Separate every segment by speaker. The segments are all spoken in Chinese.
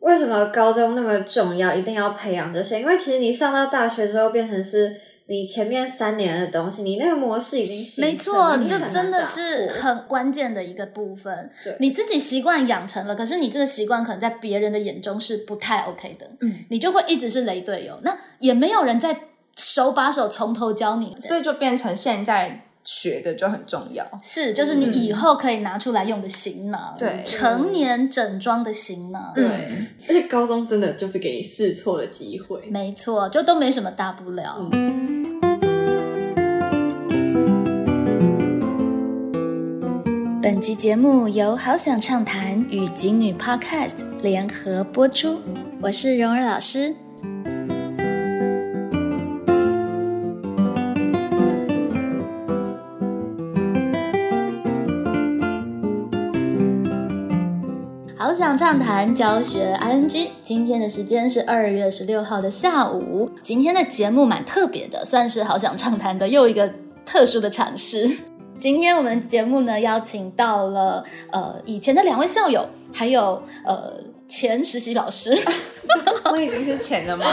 Speaker 1: 为什么高中那么重要，一定要培养这些？因为其实你上到大学之后，变成是你前面三年的东西，你那个模式已经形成
Speaker 2: 没错，
Speaker 1: 了你
Speaker 2: 这
Speaker 1: 很难
Speaker 2: 真的
Speaker 1: 打
Speaker 2: 是
Speaker 1: 破
Speaker 2: 很关键的一个部分
Speaker 1: 对。
Speaker 2: 你自己习惯养成了，可是你这个习惯可能在别人的眼中是不太 OK 的，
Speaker 3: 嗯，
Speaker 2: 你就会一直是雷队友，那也没有人在手把手从头教你。
Speaker 3: 所以就变成现在学的就很重要。
Speaker 2: 是，就是
Speaker 1: 嗯
Speaker 2: 你以后可以拿出来用的行囊，
Speaker 3: 对
Speaker 2: 成年整装的行囊，
Speaker 3: 嗯
Speaker 4: 而且高中真的就是给你试错的机会。
Speaker 2: 没错，就都没什么大不了。本集节目由好想畅谈与景女 Podcast 联合播出，我是蓉儿老师。好想畅谈教学 ING，今天的时间是二月十六号的下午。今天的节目蛮特别的，算是好想畅谈的又一个特殊的阐释。今天我们节目呢邀请到了呃以前的两位校友，还有呃前实习老师，
Speaker 3: 我已经是钱了吗？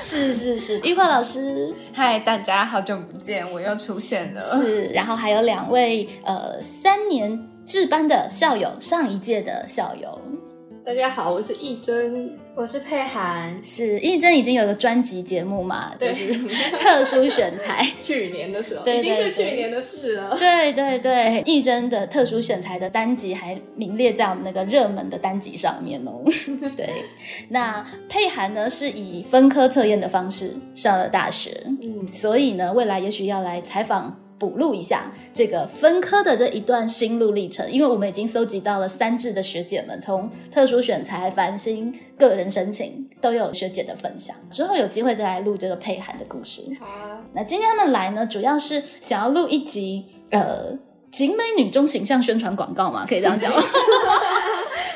Speaker 2: 是是是，玉化老师
Speaker 3: 嗨，大家好久不见，我又出现了。
Speaker 2: 是，然后还有两位呃三年制班的校友，上一届的校友。
Speaker 4: 大家好，我是义珍，
Speaker 1: 我是佩涵，
Speaker 2: 是应征已经有个专辑节目嘛，就
Speaker 4: 对
Speaker 2: 是 特殊选材，
Speaker 4: 去年的时候
Speaker 2: 对
Speaker 4: 已经
Speaker 2: 对
Speaker 4: 是去
Speaker 2: 对
Speaker 4: 年的事了。
Speaker 2: 对对对，应征的特殊选材的单集还名列在我们那个热门的单集上面哦。 对，那佩涵呢是以分科测验的方式上了大学，
Speaker 4: 嗯，
Speaker 2: 所以呢，未来也许要来采访补录一下这个分科的这一段心路历程，因为我们已经搜集到了三制的学姐们，从特殊选材、繁星、个人申请都有学姐的分享。之后有机会再来录这个佩涵的故事。
Speaker 1: 好啊，
Speaker 2: 那今天他们来呢，主要是想要录一集呃，景美女中形象宣传广告嘛，可以这样讲 吗。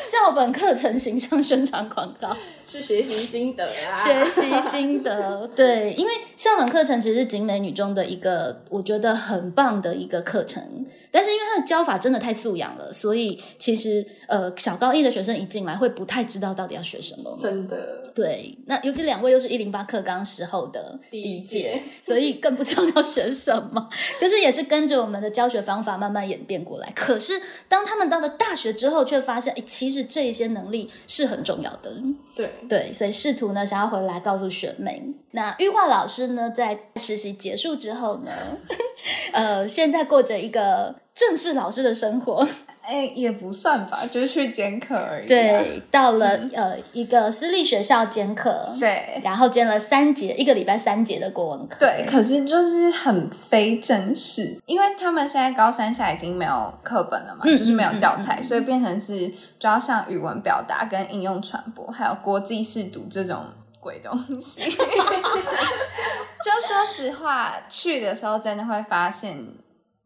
Speaker 2: 校本课程形象宣传广告，
Speaker 4: 是学习心得啊，
Speaker 2: 学习心得，对，因为校本课程其实是景美女中的一个我觉得很棒的一个课程，但是因为它的教法真的太素养了，所以其实呃小高一的学生一进来会不太知道到底要学什么。
Speaker 4: 真的
Speaker 2: 对，那尤其两位又是一零八课纲时候的第一届，所以更不知道要选什么，就是也是跟着我们的教学方法慢慢演变过来。可是当他们到了大学之后，却发现，哎，其实这些能力是很重要的。
Speaker 4: 对。
Speaker 2: 对，所以试图呢想要回来告诉学妹。那玉化老师呢，在实习结束之后呢， 呃，现在过着一个正式老师的生活。
Speaker 3: 哎、也不算吧，就是去兼课而已、啊
Speaker 2: 对，到了、呃一个私立学校兼课，，
Speaker 3: 对
Speaker 2: 然后兼了三节，一个礼拜三节的国文课。
Speaker 3: 对，可是就是很非正式，因为他们现在高三下已经没有课本了嘛，
Speaker 2: 嗯
Speaker 3: 就是没有
Speaker 2: 嗯嗯
Speaker 3: 教
Speaker 2: 嗯
Speaker 3: 材，所以变成是就要上语文表达、跟应用传播，还有国际试读这种鬼东 西。就说实话，去的时候真的会发现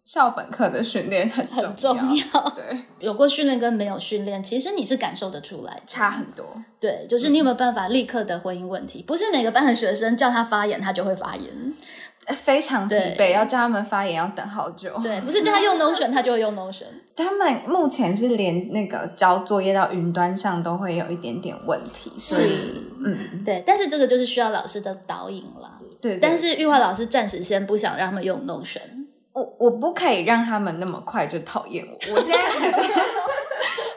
Speaker 3: 校本课的训练很
Speaker 2: 很
Speaker 3: 重
Speaker 2: 重
Speaker 3: 要，
Speaker 2: 要，
Speaker 3: 对，
Speaker 2: 有过训练跟没有训练，其实你是感受得出来的。
Speaker 3: 差很嗯多。
Speaker 2: 对，就是你有没有办法立刻的回应问题？不是每个班的学生叫他发言，他就会发言。
Speaker 3: 非常疲
Speaker 2: 对
Speaker 3: 惫，要叫他们发言要等好久。
Speaker 2: 对，不是叫他
Speaker 3: 嗯
Speaker 2: 用 Notion，他就会用 Notion。
Speaker 3: 他们目前是连那个交作业到云端上都会有一点点问题，所以嗯，
Speaker 2: 对，但是这个就是需要老师的导引啦。
Speaker 3: 对。对
Speaker 2: 但是玉华老师暂时先不想让他们用 Notion。
Speaker 3: 我我不可以让他们那么快就讨厌我，我现在还在，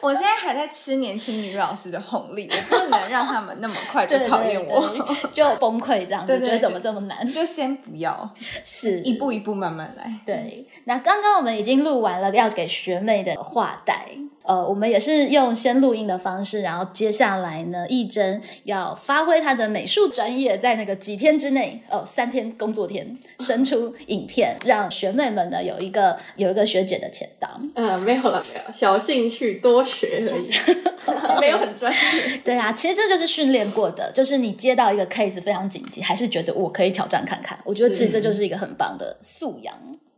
Speaker 3: 我现在还在吃年轻女老师的红利，我不能让他们那么快就
Speaker 2: 对
Speaker 3: 讨厌我，
Speaker 2: 对对就崩溃这样子，
Speaker 3: 对对
Speaker 2: 觉得怎
Speaker 3: 就
Speaker 2: 么这么难？
Speaker 3: 就先不要，
Speaker 2: 是
Speaker 3: 一步一步慢慢来。
Speaker 2: 对，那刚刚我们已经录完了要给学妹的话带，呃，我们也是用先录音的方式，然后接下来呢，义珍要发挥她的美术专业，在那个几天之内，哦，三天工作天，生出影片，让学妹们呢有一个有一个学姐的前导。
Speaker 4: 嗯，没有了，没有，小兴趣多学而已，没有很专业。
Speaker 2: 对啊，其实这就是训练过的，就是你接到一个 case 非常紧急，还是觉得我可以挑战看看。我觉得其实这就是一个很棒的素养。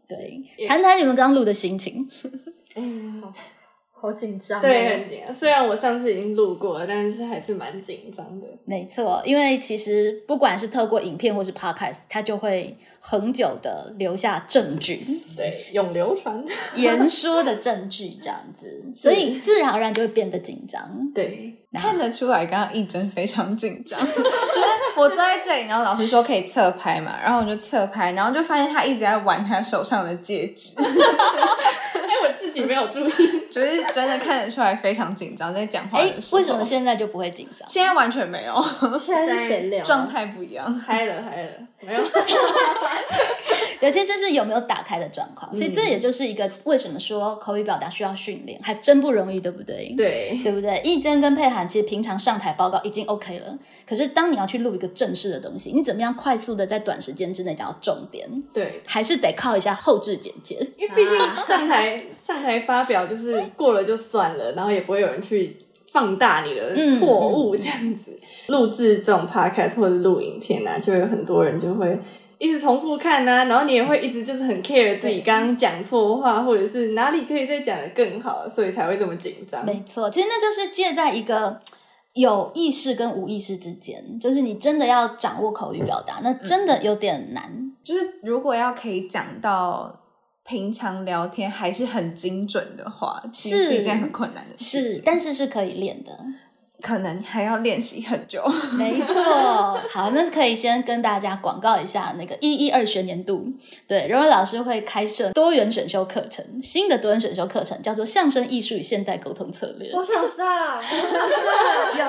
Speaker 2: 对，谈谈你们刚刚录的心情。
Speaker 4: 嗯，
Speaker 1: 好紧张哦。
Speaker 4: 对，很紧张。虽然我上次已经录过了，但是还是蛮紧张的。
Speaker 2: 没错，因为其实不管是透过影片或是 podcast，它就会恒久的留下证据，
Speaker 4: 对，永流传。
Speaker 2: 言说的证据这样子，所以自然而然就会变得紧张。
Speaker 4: 对，
Speaker 3: 看得出来，刚刚一真非常紧张， 就是我坐在这里，然后老师说可以侧拍嘛，然后我就侧拍，然后就发现他一直在玩他手上的戒指，
Speaker 4: 哎，我自己没有注意。
Speaker 3: 就是真的看得出来非常紧张，在讲话
Speaker 2: 哎
Speaker 3: 的时，候。
Speaker 2: 为什么现在就不会紧张？
Speaker 3: 现在完全没有，
Speaker 1: 现在是闲聊
Speaker 3: 状态不一样。
Speaker 4: 嗨了嗨了，没有。
Speaker 2: 对，其实这是有没有打开的状况，所以这也就是一个为什么说口语表达需要训练，还真不容易，对不对？。
Speaker 4: 对，
Speaker 2: 对不对？一真跟佩涵其实平常上台报告已经 OK 了，可是当你要去录一个正式的东西，你怎么样快速的在短时间之内讲到重点，
Speaker 4: 对，
Speaker 2: 还是得靠一下后置剪接。
Speaker 4: 因为毕
Speaker 2: 啊
Speaker 4: 竟上台、上台发表就是过了就算了，然后也不会有人去放大你的错
Speaker 2: 嗯
Speaker 4: 误这样子。录制这种 podcast 或者录影片啊，就有很多人就会。一直重复看呐、啊，然后你也会一直就是很 care 自己刚刚讲错话，或者是哪里可以再讲的更好，所以才会这么紧张。
Speaker 2: 没错，其实那就是介在一个有意识跟无意识之间，就是你真的要掌握口语表达，那真的有点难。
Speaker 3: 就是如果要可以讲到平常聊天还是很精准的话，其实
Speaker 2: 是
Speaker 3: 是一件很困难的事
Speaker 2: 是，
Speaker 3: 情，
Speaker 2: 但是是可以练 的。
Speaker 3: 可能还要练习很久。
Speaker 2: 没错，好，那可以先跟大家广告一下那个一一二学年度，对，柔柔老师会开设多元选修课程，新的多元选修课程叫做相声艺术与现代沟通策略，
Speaker 1: 我想上，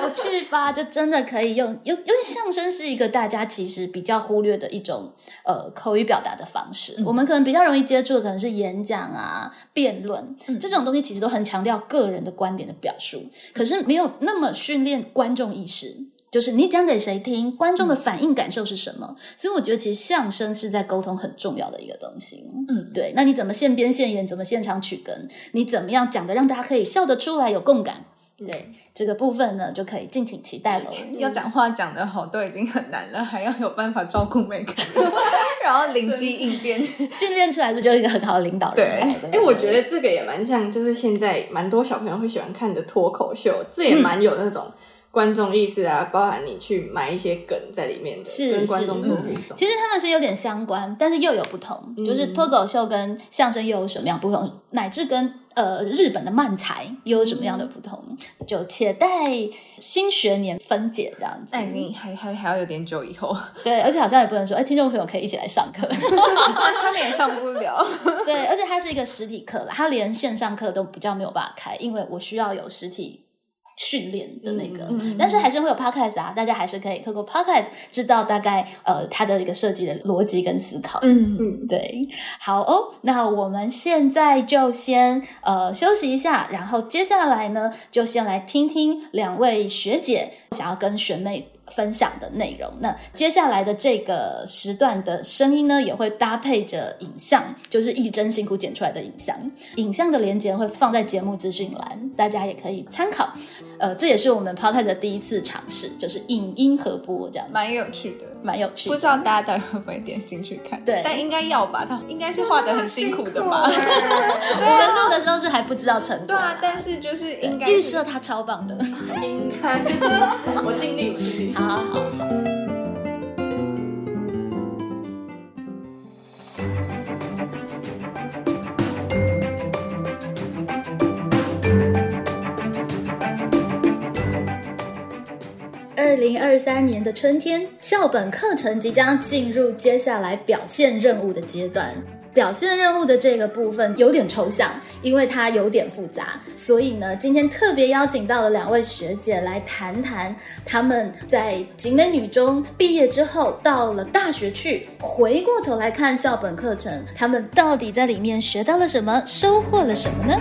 Speaker 2: 有趣吧？就真的可以用，因因为相声是一个大家其实比较忽略的一种呃口语表达的方式，我们可能比较容易接触的可能是演讲啊、辩论、这种东西，其实都很强调个人的观点的表述，可是没有那么训练观众意识。就是你讲给谁听，观众的反应感受是什么？所以我觉得其实相声是在沟通很重要的一个东西。
Speaker 3: 嗯，
Speaker 2: 对。那你怎么现编现演？怎么现场取哏？你怎么样讲的让大家可以笑得出来，有共感？对这个部分呢，就可以敬请期待喽。
Speaker 3: 要讲话讲得好都已经很难了，还要有办法照顾每个人， 然后灵机应变。
Speaker 2: 训练出来不就是一个很好的领导人才？对不
Speaker 4: 哎、
Speaker 2: 对
Speaker 4: 我觉得这个也蛮像，就是现在蛮多小朋友会喜欢看的脱口秀，这也蛮有那种观众意识啊，包含你去埋一些梗在里面的，
Speaker 2: 是
Speaker 4: 跟观众
Speaker 2: 是嗯
Speaker 4: 做互动。
Speaker 2: 其实他们是有点相关，但是又有不同。就是脱口秀跟相声又有什么样不同，乃至跟呃日本的漫才又有什么样的不同，就且待新学年分解这样子。
Speaker 3: 那已经还还还要有点久以 后，
Speaker 2: 对，而且好像也不能说，哎，听众朋友可以一起来上课。
Speaker 3: 他们也上不了。
Speaker 2: 对，而且它是一个实体课啦，它连线上课都比较没有办法开，因为我需要有实体训练的那个，但是还是会有 podcast 啊，大家还是可以透过 podcast 知道大概呃它的一个设计的逻辑跟思考。
Speaker 3: 嗯
Speaker 2: 对，好哦，那我们现在就先呃休息一下，然后接下来呢，就先来听听两位学姐想要跟学妹分享的内容。那接下来的这个时段的声音呢，也会搭配着影像，就是一真辛苦剪出来的影像。影像的连接会放在节目资讯栏，大家也可以参考。呃，这也是我们 podcast 的第一次尝试，就是影音合播这样子，
Speaker 3: 蛮有趣的。
Speaker 2: 蛮有趣
Speaker 3: 不
Speaker 2: 的。
Speaker 3: 知道大家到底会不会点进去看，
Speaker 2: 对
Speaker 3: 但应该要吧，他应该是画的很辛苦的吧？
Speaker 2: 对啊，录的时候是还不知道成果
Speaker 3: 对
Speaker 2: 啦，
Speaker 3: 啊，但是就是应该
Speaker 2: 预
Speaker 3: 是
Speaker 2: 设他超棒的。
Speaker 4: 应该，我尽力，我尽力。
Speaker 2: 好好好好。二零二三年的春天，校本课程即将进入接下来表现任务的阶段。表现任务的这个部分有点抽象，因为它有点复杂，所以呢，今天特别邀请到了两位学姐来谈谈她们在景美女中毕业之后，到了大学去，回过头来看校本课程，她们到底在里面学到了什么，收获了什么呢？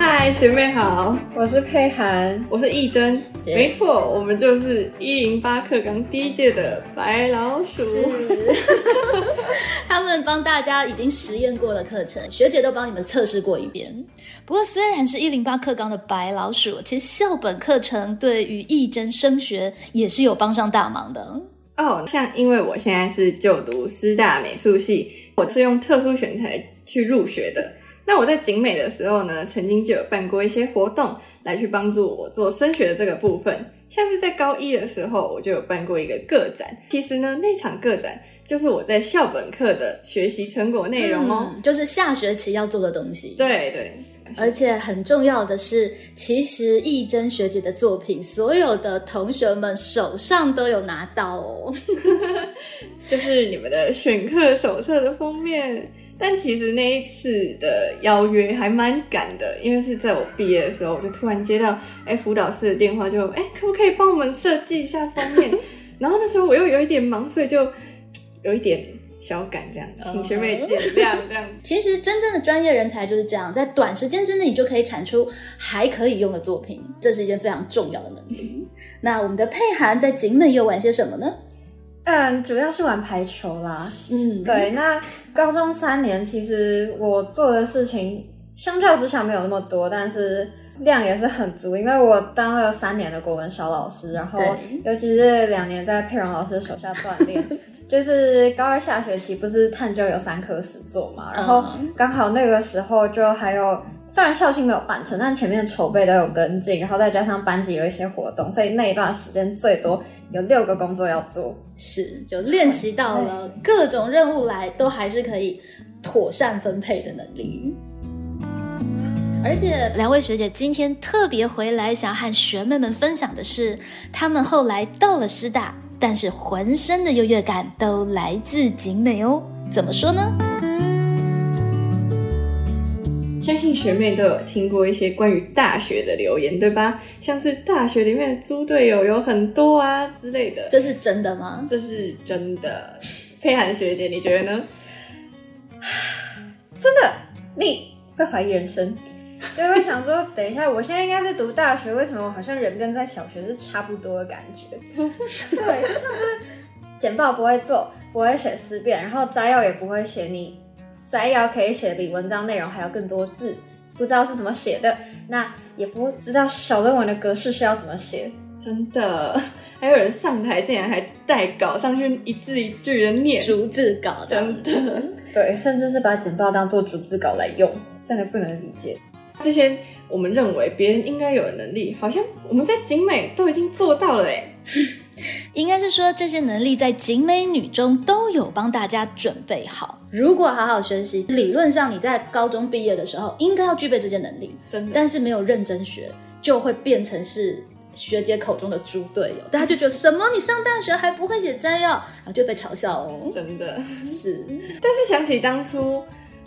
Speaker 4: 嗨，学妹好，
Speaker 1: 我是佩涵，
Speaker 4: 我是义珍。
Speaker 2: 对
Speaker 4: 没错，我们就是一零八课纲第一届的白老鼠。
Speaker 2: 是，他们帮大家已经实验过的课程，学姐都帮你们测试过一遍。不过，虽然是一零八课纲的白老鼠，其实校本课程对于义真升学也是有帮上大忙的。
Speaker 4: 哦，像因为我现在是就读师大美术系，我是用特殊选材去入学的。那我在景美的时候呢，曾经就有办过一些活动来去帮助我做升学的这个部分。像是在高一的时候，我就有办过一个个展。其实呢，那场个展就是我在校本课的学习成果内容哦。
Speaker 2: 嗯就是下学期要做的东西。，
Speaker 4: 对对，
Speaker 2: 而且很重要的是，其实义珍学姐的作品，所有的同学们手上都有拿到哦。
Speaker 4: 就是你们的选课手册的封面。但其实那一次的邀约还蛮赶的，因为是在我毕业的时候，我就突然接到哎辅导室的电话就，哎可不可以帮我们设计一下封面？ 然后那时候我又有一点忙，所以就嘖有一点小赶这样，请学妹见谅这样。
Speaker 2: 其实真正的专业人才就是这样，在短时间之内你就可以产出还可以用的作品，这是一件非常重要的能力。 那我们的佩涵在景美又玩些什么呢？
Speaker 1: 嗯，主要是玩排球啦。
Speaker 2: 嗯，
Speaker 1: 对，那高中三年，其实我做的事情相较之下没有那么多，但是量也是很足，因为我当了三年的国文小老师，然后
Speaker 2: 对
Speaker 1: 尤其是两年在佩蓉老师的手下锻 炼。就是高二下学期不是探究有三科实作嘛，然后
Speaker 2: 嗯
Speaker 1: 刚好那个时候就还有，虽然校庆没有办成，但前面筹备都有跟进，然后再加上班级有一些活动，所以那一段时间最多有六个工作要做。
Speaker 2: 是就练习到了各种任务来，都还是可以妥善分配的能力。而且两位学姐今天特别回来，想和学妹们分享的是，她们后来到了师大，但是浑身的优越感都来自景美哦。怎么说呢？
Speaker 4: 相信学妹都有听过一些关于大学的留言，对吧？像是大学里面的猪队友有很多啊之类的，
Speaker 2: 这是真的吗？
Speaker 4: 这是真的。 佩涵学姐，你觉得呢？
Speaker 1: 你会怀疑人生，就会想说，等一下，我现在应该是读大学，为什么我好像人跟在小学是差不多的感觉？对，就像是简报不会做，不会写思辨，然后摘要也不会写你，摘要可以写比文章内容还要更多字，不知道是怎么写的，那也不知道小论文的格式是要怎么写，
Speaker 4: 真的，还有人上台竟然还带稿上去，一字一句的念，
Speaker 2: 逐字稿这样
Speaker 4: 真
Speaker 2: 子
Speaker 4: 的。
Speaker 1: 对，甚至是把简报当做逐字稿来用，真的不能理解。
Speaker 4: 这些我们认为别人应该有的能力，好像我们在景美都已经做到了哎。
Speaker 2: 应该是说这些能力在景美女中都有帮大家准备好。如果好好学习，理论上你在高中毕业的时候应该要具备这些能力，
Speaker 4: 真的，
Speaker 2: 但是没有认真学，就会变成是学姐口中的猪队友。大家就觉得什么你上大学还不会写摘要，然后就被嘲笑哦。
Speaker 4: 真的。
Speaker 2: 是，
Speaker 4: 但是想起当初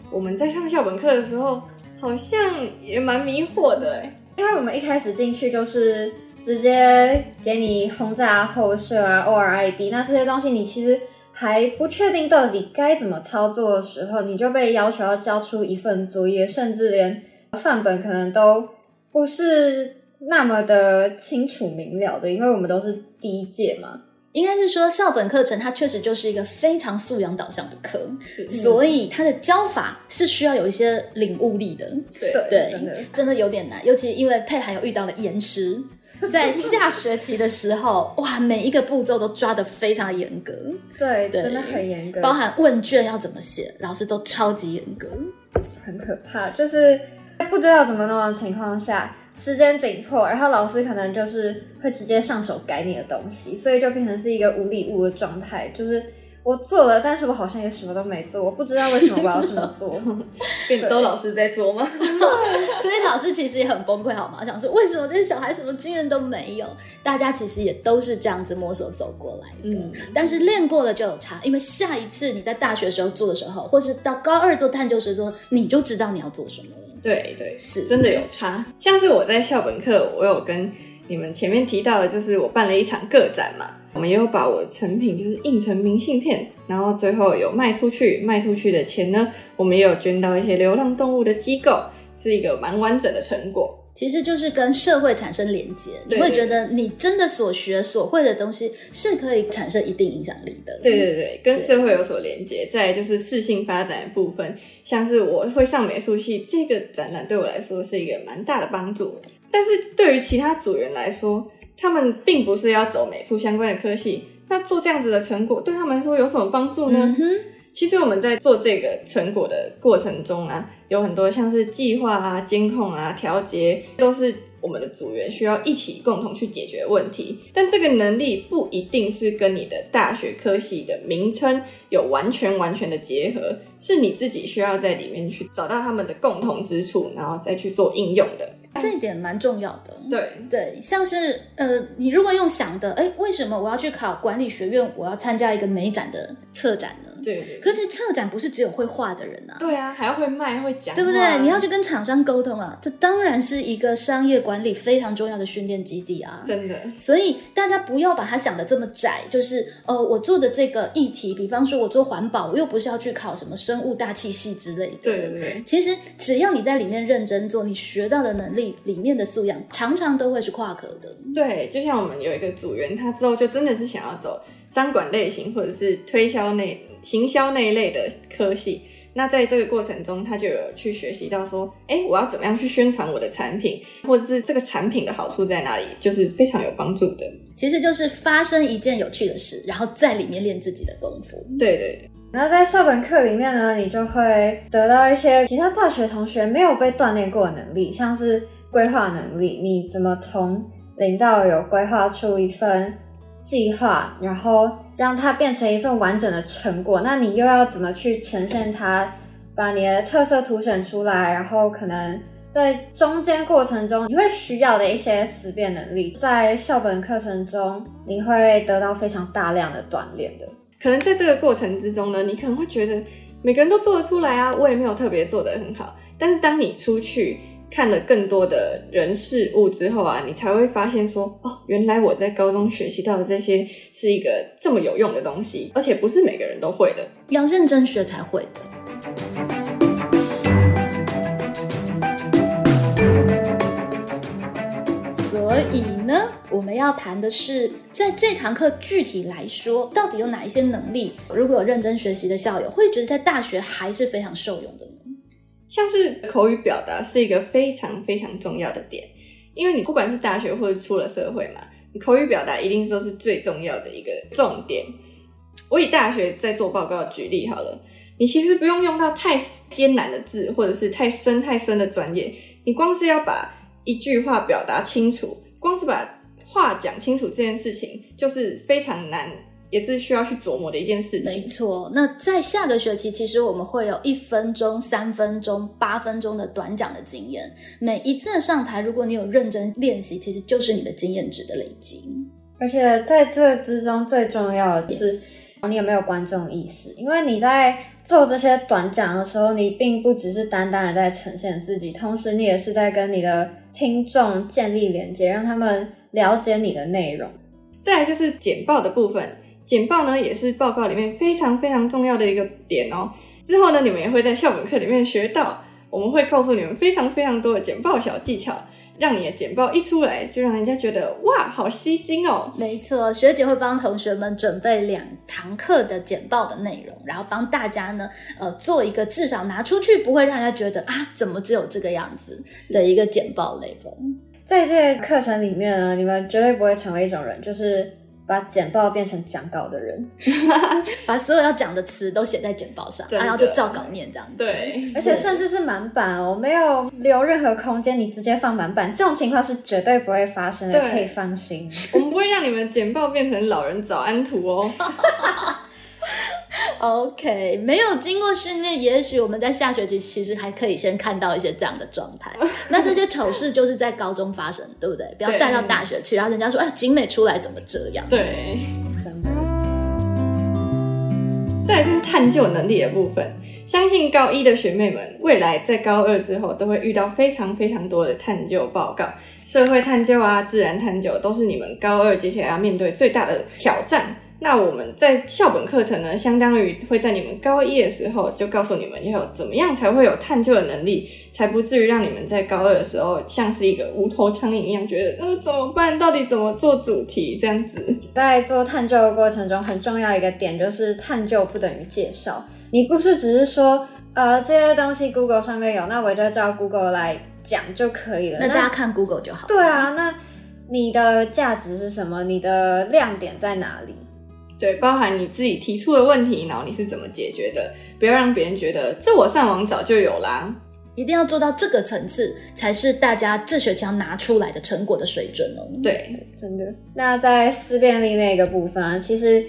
Speaker 4: 我们在上校本课的时候，好像也蛮迷惑的哎。
Speaker 1: 因为我们一开始进去就是直接给你轰炸后设啊、ORID，那这些东西你其实还不确定到底该怎么操作的时候，你就被要求要交出一份作业，甚至连范本可能都不是那么的清楚明了的，因为我们都是第一届嘛。
Speaker 2: 应该是说校本课程它确实就是一个非常素养导向的课，所以它的教法是需要有一些领悟力的。
Speaker 4: 对
Speaker 1: 对，
Speaker 2: 对
Speaker 1: 真的。
Speaker 2: 真的有点难，尤其因为佩涵有遇到了严师，在下学期的时候，哇，每一个步骤都抓得非常严格，
Speaker 1: 对，
Speaker 2: 对
Speaker 1: 真的很严格，
Speaker 2: 包含问卷要怎么写，老师都超级严格。
Speaker 1: 很可怕，就是不知道怎么弄的情况下，时间紧迫，然后老师可能就是会直接上手改你的东西，所以就变成是一个无礼物的状态，就是。我做了，但是我好像也什么都没做，我不知道为什么我要这么做。
Speaker 4: 变都老师在做吗？
Speaker 2: 所以老师其实也很崩溃，好吗？想说为什么这些小孩什么经验都没有？大家其实也都是这样子摸索走过来的。
Speaker 4: 嗯
Speaker 2: 但是练过了就有差，因为下一次你在大学时候做的时候，或是到高二做探究时做，你就知道你要做什么了。
Speaker 4: 对对，
Speaker 2: 是
Speaker 4: 真的有差。像是我在校本课，我有跟你们前面提到的，就是我办了一场个展嘛，我们也有把我的成品就是印成明信片，然后最后有卖出去，卖出去的钱呢，我们也有捐到一些流浪动物的机构，是一个蛮完整的成果。
Speaker 2: 其实就是跟社会产生连接，你
Speaker 4: 对
Speaker 2: 会觉得你真的所学所会的东西是可以产生一定影响力的。
Speaker 4: 对对对，跟社会有所连接。再来就是适性发展的部分，像是我会上美术系这个展览，对我来说是一个蛮大的帮助。但是对于其他组员来说，他们并不是要走美术相关的科系，那做这样子的成果对他们来说有什么帮助呢？
Speaker 2: 嗯哼，
Speaker 4: 其实我们在做这个成果的过程中啊，有很多像是计划啊、监控啊、调节，都是我们的组员需要一起共同去解决问题。但这个能力不一定是跟你的大学科系的名称有完全完全的结合，是你自己需要在里面去找到他们的共同之处，然后再去做应用的。
Speaker 2: 这一点蛮重要的。
Speaker 4: 对，
Speaker 2: 对，像是呃，你如果用想的，哎，为什么我要去考管理学院？我要参加一个美展的策展呢？
Speaker 4: 对对
Speaker 2: 可是策展不是只有会画的人啊，
Speaker 4: 对啊，还要会卖会讲话，
Speaker 2: 对不对？你要去跟厂商沟通啊，这当然是一个商业管理非常重要的训练基地啊。
Speaker 4: 真的，
Speaker 2: 所以大家不要把它想的这么窄，就是呃，我做的这个议题，比方说我做环保，我又不是要去考什么生物大气系之类的。
Speaker 4: 对对对。
Speaker 2: 其实只要你在里面认真做，你学到的能力里面的素养，常常都会是跨科的。
Speaker 4: 对，就像我们有一个组员，他之后就真的是想要走商管类型或者是推销那行销那一类的科系。那在这个过程中，他就有去学习到说，哎，我要怎么样去宣传我的产品，或者是这个产品的好处在哪里，就是非常有帮助的。
Speaker 2: 其实就是发生一件有趣的事，然后在里面练自己的功夫。
Speaker 4: 对对
Speaker 1: 然后在校本课里面呢，你就会得到一些其他大学同学没有被锻炼过的能力，像是规划能力，你怎么从零到有规划出一份计划，然后让它变成一份完整的成果。那你又要怎么去呈现它，把你的特色凸显出来，然后可能。在中间过程中，你会需要的一些思辨能力，在校本课程中，你会得到非常大量的锻炼的。
Speaker 4: 可能在这个过程之中呢，你可能会觉得每个人都做得出来啊，我也没有特别做得很好。但是当你出去看了更多的人事物之后啊，你才会发现说，哦，原来我在高中学习到的这些是一个这么有用的东西，而且不是每个人都会的。
Speaker 2: 要认真学才会的。所以呢，我们要谈的是，在这堂课具体来说，到底有哪一些能力？如果有认真学习的校友，会觉得在大学还是非常受用的呢？
Speaker 4: 像是口语表达是一个非常非常重要的点，因为你不管是大学或者出了社会嘛，你口语表达一定说是最重要的一个重点。我以大学在做报告举例好了，你其实不用用到太艰难的字，或者是太深太深的专业，你光是要把一句话表达清楚，光是把话讲清楚这件事情，就是非常难，也是需要去琢磨的一件事
Speaker 2: 没
Speaker 4: 情。
Speaker 2: 错，那在下个学期，其实我们会有一分钟、三分钟、八分钟的短讲的经验。每一次的上台，如果你有认真练习，其实就是你的经验值的累积。
Speaker 1: 而且在这之中，最重要的是你有没有观众意识，因为你在做这些短讲的时候，你并不只是单单的在呈现自己，同时你也是在跟你的听众建立连接，让他们了解你的内容。
Speaker 4: 再来就是简报的部分，简报呢也是报告里面非常非常重要的一个点哦。之后呢，你们也会在校本课里面学到，我们会告诉你们非常非常多的简报小技巧，让你的简报一出来就让人家觉得哇，好吸睛哦。
Speaker 2: 没错，学姐会帮同学们准备两堂课的简报的内容，然后帮大家呢，呃，做一个至少拿出去不会让人家觉得啊，怎么只有这个样子的一个简报 level。
Speaker 1: 在这个课程里面呢，你们绝对不会成为一种人，就是把简报变成讲稿的人。
Speaker 2: 把所有要讲的词都写在简报上，啊
Speaker 4: 真的
Speaker 2: 然后就照稿念这样子。
Speaker 4: 对，
Speaker 1: 而且甚至是满版哦，没有留任何空间，你直接放满版，这种情况是绝对不会发生的，
Speaker 4: 对
Speaker 1: 可以放心。
Speaker 4: 我们不会让你们简报变成老人早安图哦。
Speaker 2: OK，没有经过训练，也许我们在下学期其实还可以先看到一些这样的状 态。那这些丑事就是在高中发生，对不对？不要
Speaker 4: 对
Speaker 2: 带到大学去，然后人家说啊，景美出来怎么这样？
Speaker 4: 对，
Speaker 1: 真的，
Speaker 4: 再来就是探究能力的部分。相信高一的学妹们，未来在高二之后都会遇到非常非常多的探究报告，社会探究啊、自然探究都是你们高二接下来要面对最大的挑战。那我们在校本课程呢，相当于会在你们高一的时候就告诉你们要有怎么样才会有探究的能力，才不至于让你们在高二的时候像是一个无头苍蝇一样，觉得嗯怎么办？到底怎么做主题这样子？
Speaker 1: 在做探究的过程中，很重要一个点就是探究不等于介绍，你不是只是说呃这些东西 Google 上面有，那我就叫 Google 来讲就可以了。
Speaker 2: 那大家看 Google 就好。
Speaker 1: 对，啊，那你的价值是什么？你的亮点在哪里？
Speaker 4: 对，包含你自己提出的问题，然后你是怎么解决的，不要让别人觉得这我上网早就有啦。
Speaker 2: 一定要做到这个层次，才是大家这学期要拿出来的成果的水准哦。
Speaker 4: 对，
Speaker 1: 真的。那在思辨力那个部分啊，其实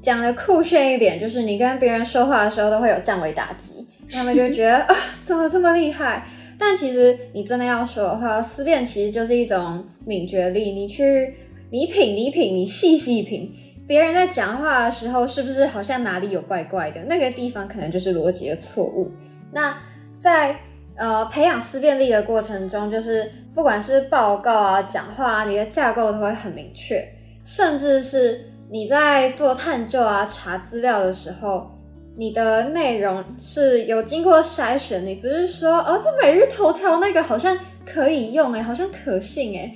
Speaker 1: 讲的酷炫一点，就是你跟别人说话的时候都会有降维打击，他们就觉得啊，怎么这么厉害？但其实你真的要说的话，思辨其实就是一种敏觉力，你去你品你品你细细品。别人在讲话的时候，是不是好像哪里有怪怪的？那个地方可能就是逻辑的错误。那在呃培养思辨力的过程中，就是不管是报告啊、讲话啊，你的架构都会很明确，甚至是你在做探究啊、查资料的时候，你的内容是有经过筛选，你不是说哦，这每日头条那个好像可以用诶、好像可信诶、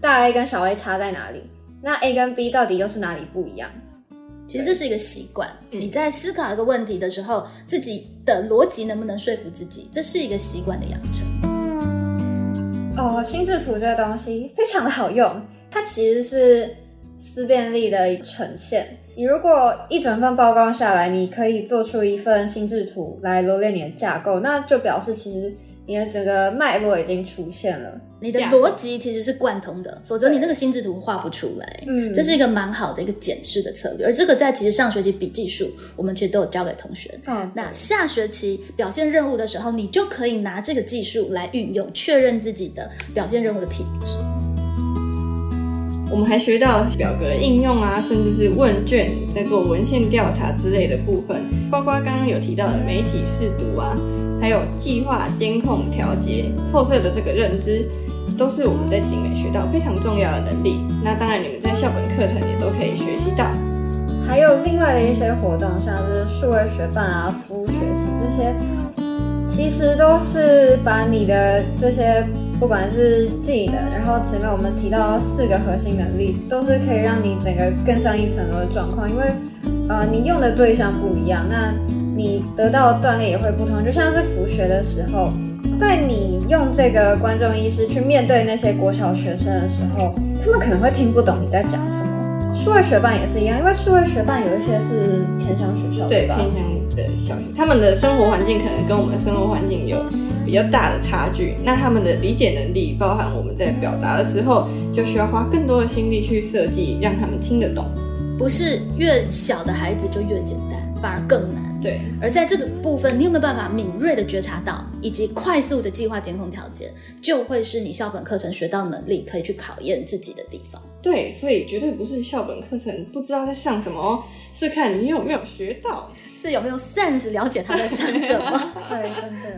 Speaker 1: 大 A 跟小 A 差在哪里？那 A 跟 B 到底又是哪里不一样？
Speaker 2: 其实这是一个习惯。
Speaker 4: 嗯
Speaker 2: 你在思考一个问题的时候，自己的逻辑能不能说服自己，这是一个习惯的养成。
Speaker 1: 哦，心智图这个东西非常的好用，它其实是思辨力的呈现。你如果一整份报告下来，你可以做出一份心智图来罗列你的架构，那就表示其实你的整个脉络已经出现了。
Speaker 2: 你的
Speaker 4: 这样
Speaker 2: 逻辑其实是贯通的，否则你
Speaker 1: 对
Speaker 2: 那个心智图画不出来。
Speaker 1: 嗯
Speaker 2: 这是一个蛮好的一个检视的策略，而这个在其实上学期笔记术我们其实都有教给同学。
Speaker 1: 嗯，
Speaker 2: 那下学期表现任务的时候，你就可以拿这个技术来运用，确认自己的表现任务的品质。
Speaker 4: 我们还学到表格的应用啊，甚至是问卷在做文献调查之类的部分，包括刚刚有提到的媒体试读啊，还有计划、监控、调节、后设的这个认知，都是我们在景美学到非常重要的能力。那当然，你们在校本课程也都可以学习到。
Speaker 1: 还有另外的一些活动，像是数位学伴啊、服务学习这些，其实都是把你的这些不管是技能，然后前面我们提到四个核心能力，都是可以让你整个更上一层楼的状况，因为呃你用的对象不一样，那你得到的锻炼也会不同。就像是辅学的时候，在你用这个观众意识去面对那些国小学生的时候，他们可能会听不懂你在讲什么。数位学伴也是一样，因为数位学伴有一些是偏向学校的
Speaker 4: 对，
Speaker 1: 吧
Speaker 4: 偏？向的小学，他们的生活环境可能跟我们生活环境有比较大的差距，那他们的理解能力，包含我们在表达的时候，就需要花更多的心力去设计，让他们听得懂。
Speaker 2: 不是越小的孩子就越简单，反而更难。
Speaker 4: 对，
Speaker 2: 而在这个部分，你有没有办法敏锐的觉察到，以及快速的计划监控条件，就会是你校本课程学到能力可以去考验自己的地方。
Speaker 4: 对，所以绝对不是校本课程不知道在上什么哦，是看你有没有学到。
Speaker 2: 是有没有 sense 了解他在想什么？
Speaker 1: 对，哎真的。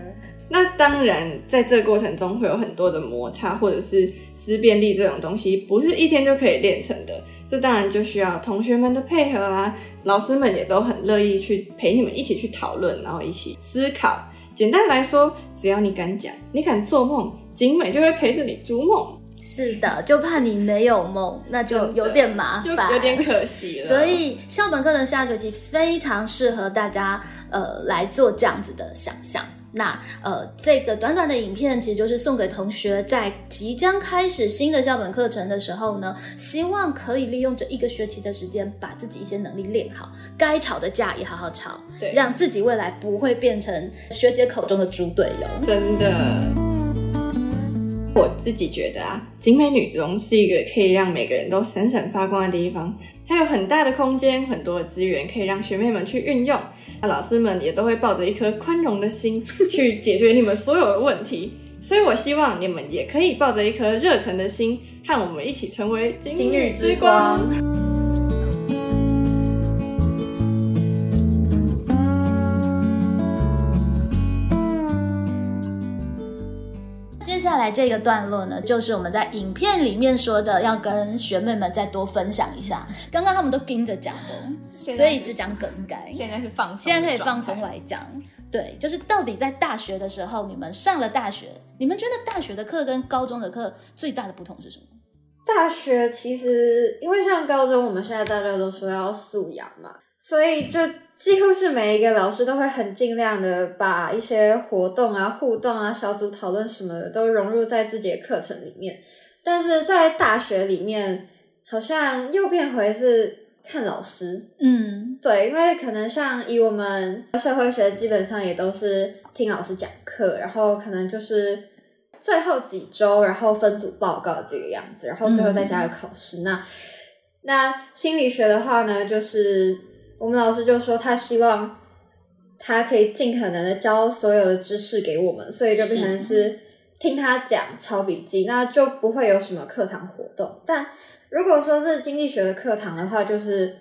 Speaker 4: 那当然，在这个过程中会有很多的摩擦，或者是思辨力这种东西，不是一天就可以练成的。这当然就需要同学们的配合啊，老师们也都很乐意去陪你们一起去讨论，然后一起思考。简单来说，只要你敢讲，你敢做梦，景美就会陪着你逐梦，
Speaker 2: 是的，就怕你没有梦，那就有点麻
Speaker 4: 就
Speaker 2: 烦，
Speaker 4: 有点可惜了。
Speaker 2: 所以校本课程下学期非常适合大家呃来做这样子的想象。那呃，这个短短的影片其实就是送给同学，在即将开始新的校本课程的时候呢，希望可以利用这一个学期的时间，把自己一些能力练好，该吵的架也好好吵，
Speaker 4: 对，
Speaker 2: 让自己未来不会变成学姐口中的猪队友。
Speaker 4: 真的。我自己觉得啊，景美女中是一个可以让每个人都闪闪发光的地方，它有很大的空间，很多的资源可以让学妹们去运用。那老师们也都会抱着一颗宽容的心 去解决你们所有的问题，所以我希望你们也可以抱着一颗热忱的心，和我们一起成为金女之光。
Speaker 2: 接下来这个段落呢，就是我们在影片里面说的，要跟学妹们再多分享一下。刚刚他们都盯着讲的，
Speaker 3: 现
Speaker 2: 所
Speaker 3: 在是
Speaker 2: 以只讲梗概。
Speaker 3: 现在是放松的
Speaker 2: 现在可以放
Speaker 3: 状
Speaker 2: 松
Speaker 3: 态
Speaker 2: 来讲，对，就是到底在大学的时候，你们上了大学，你们觉得大学的课跟高中的课最大的不同是什么？
Speaker 1: 大学其实因为像高中，我们现在大家都说要素养嘛，所以就几乎是每一个老师都会很尽量的把一些活动啊、互动啊、小组讨论什么的都融入在自己的课程里面。但是在大学里面，好像又变回是看老师。
Speaker 2: 嗯
Speaker 1: 对，因为可能像以我们社会学，基本上也都是听老师讲课，然后可能就是最后几周，然后分组报告这个样子，然后最后再加个考试。那那心理学的话呢，就是我们老师就说他希望他可以尽可能的教所有的知识给我们，所以就变成是听他讲抄笔记，那就不会有什么课堂活动。但如果说是经济学的课堂的话，就是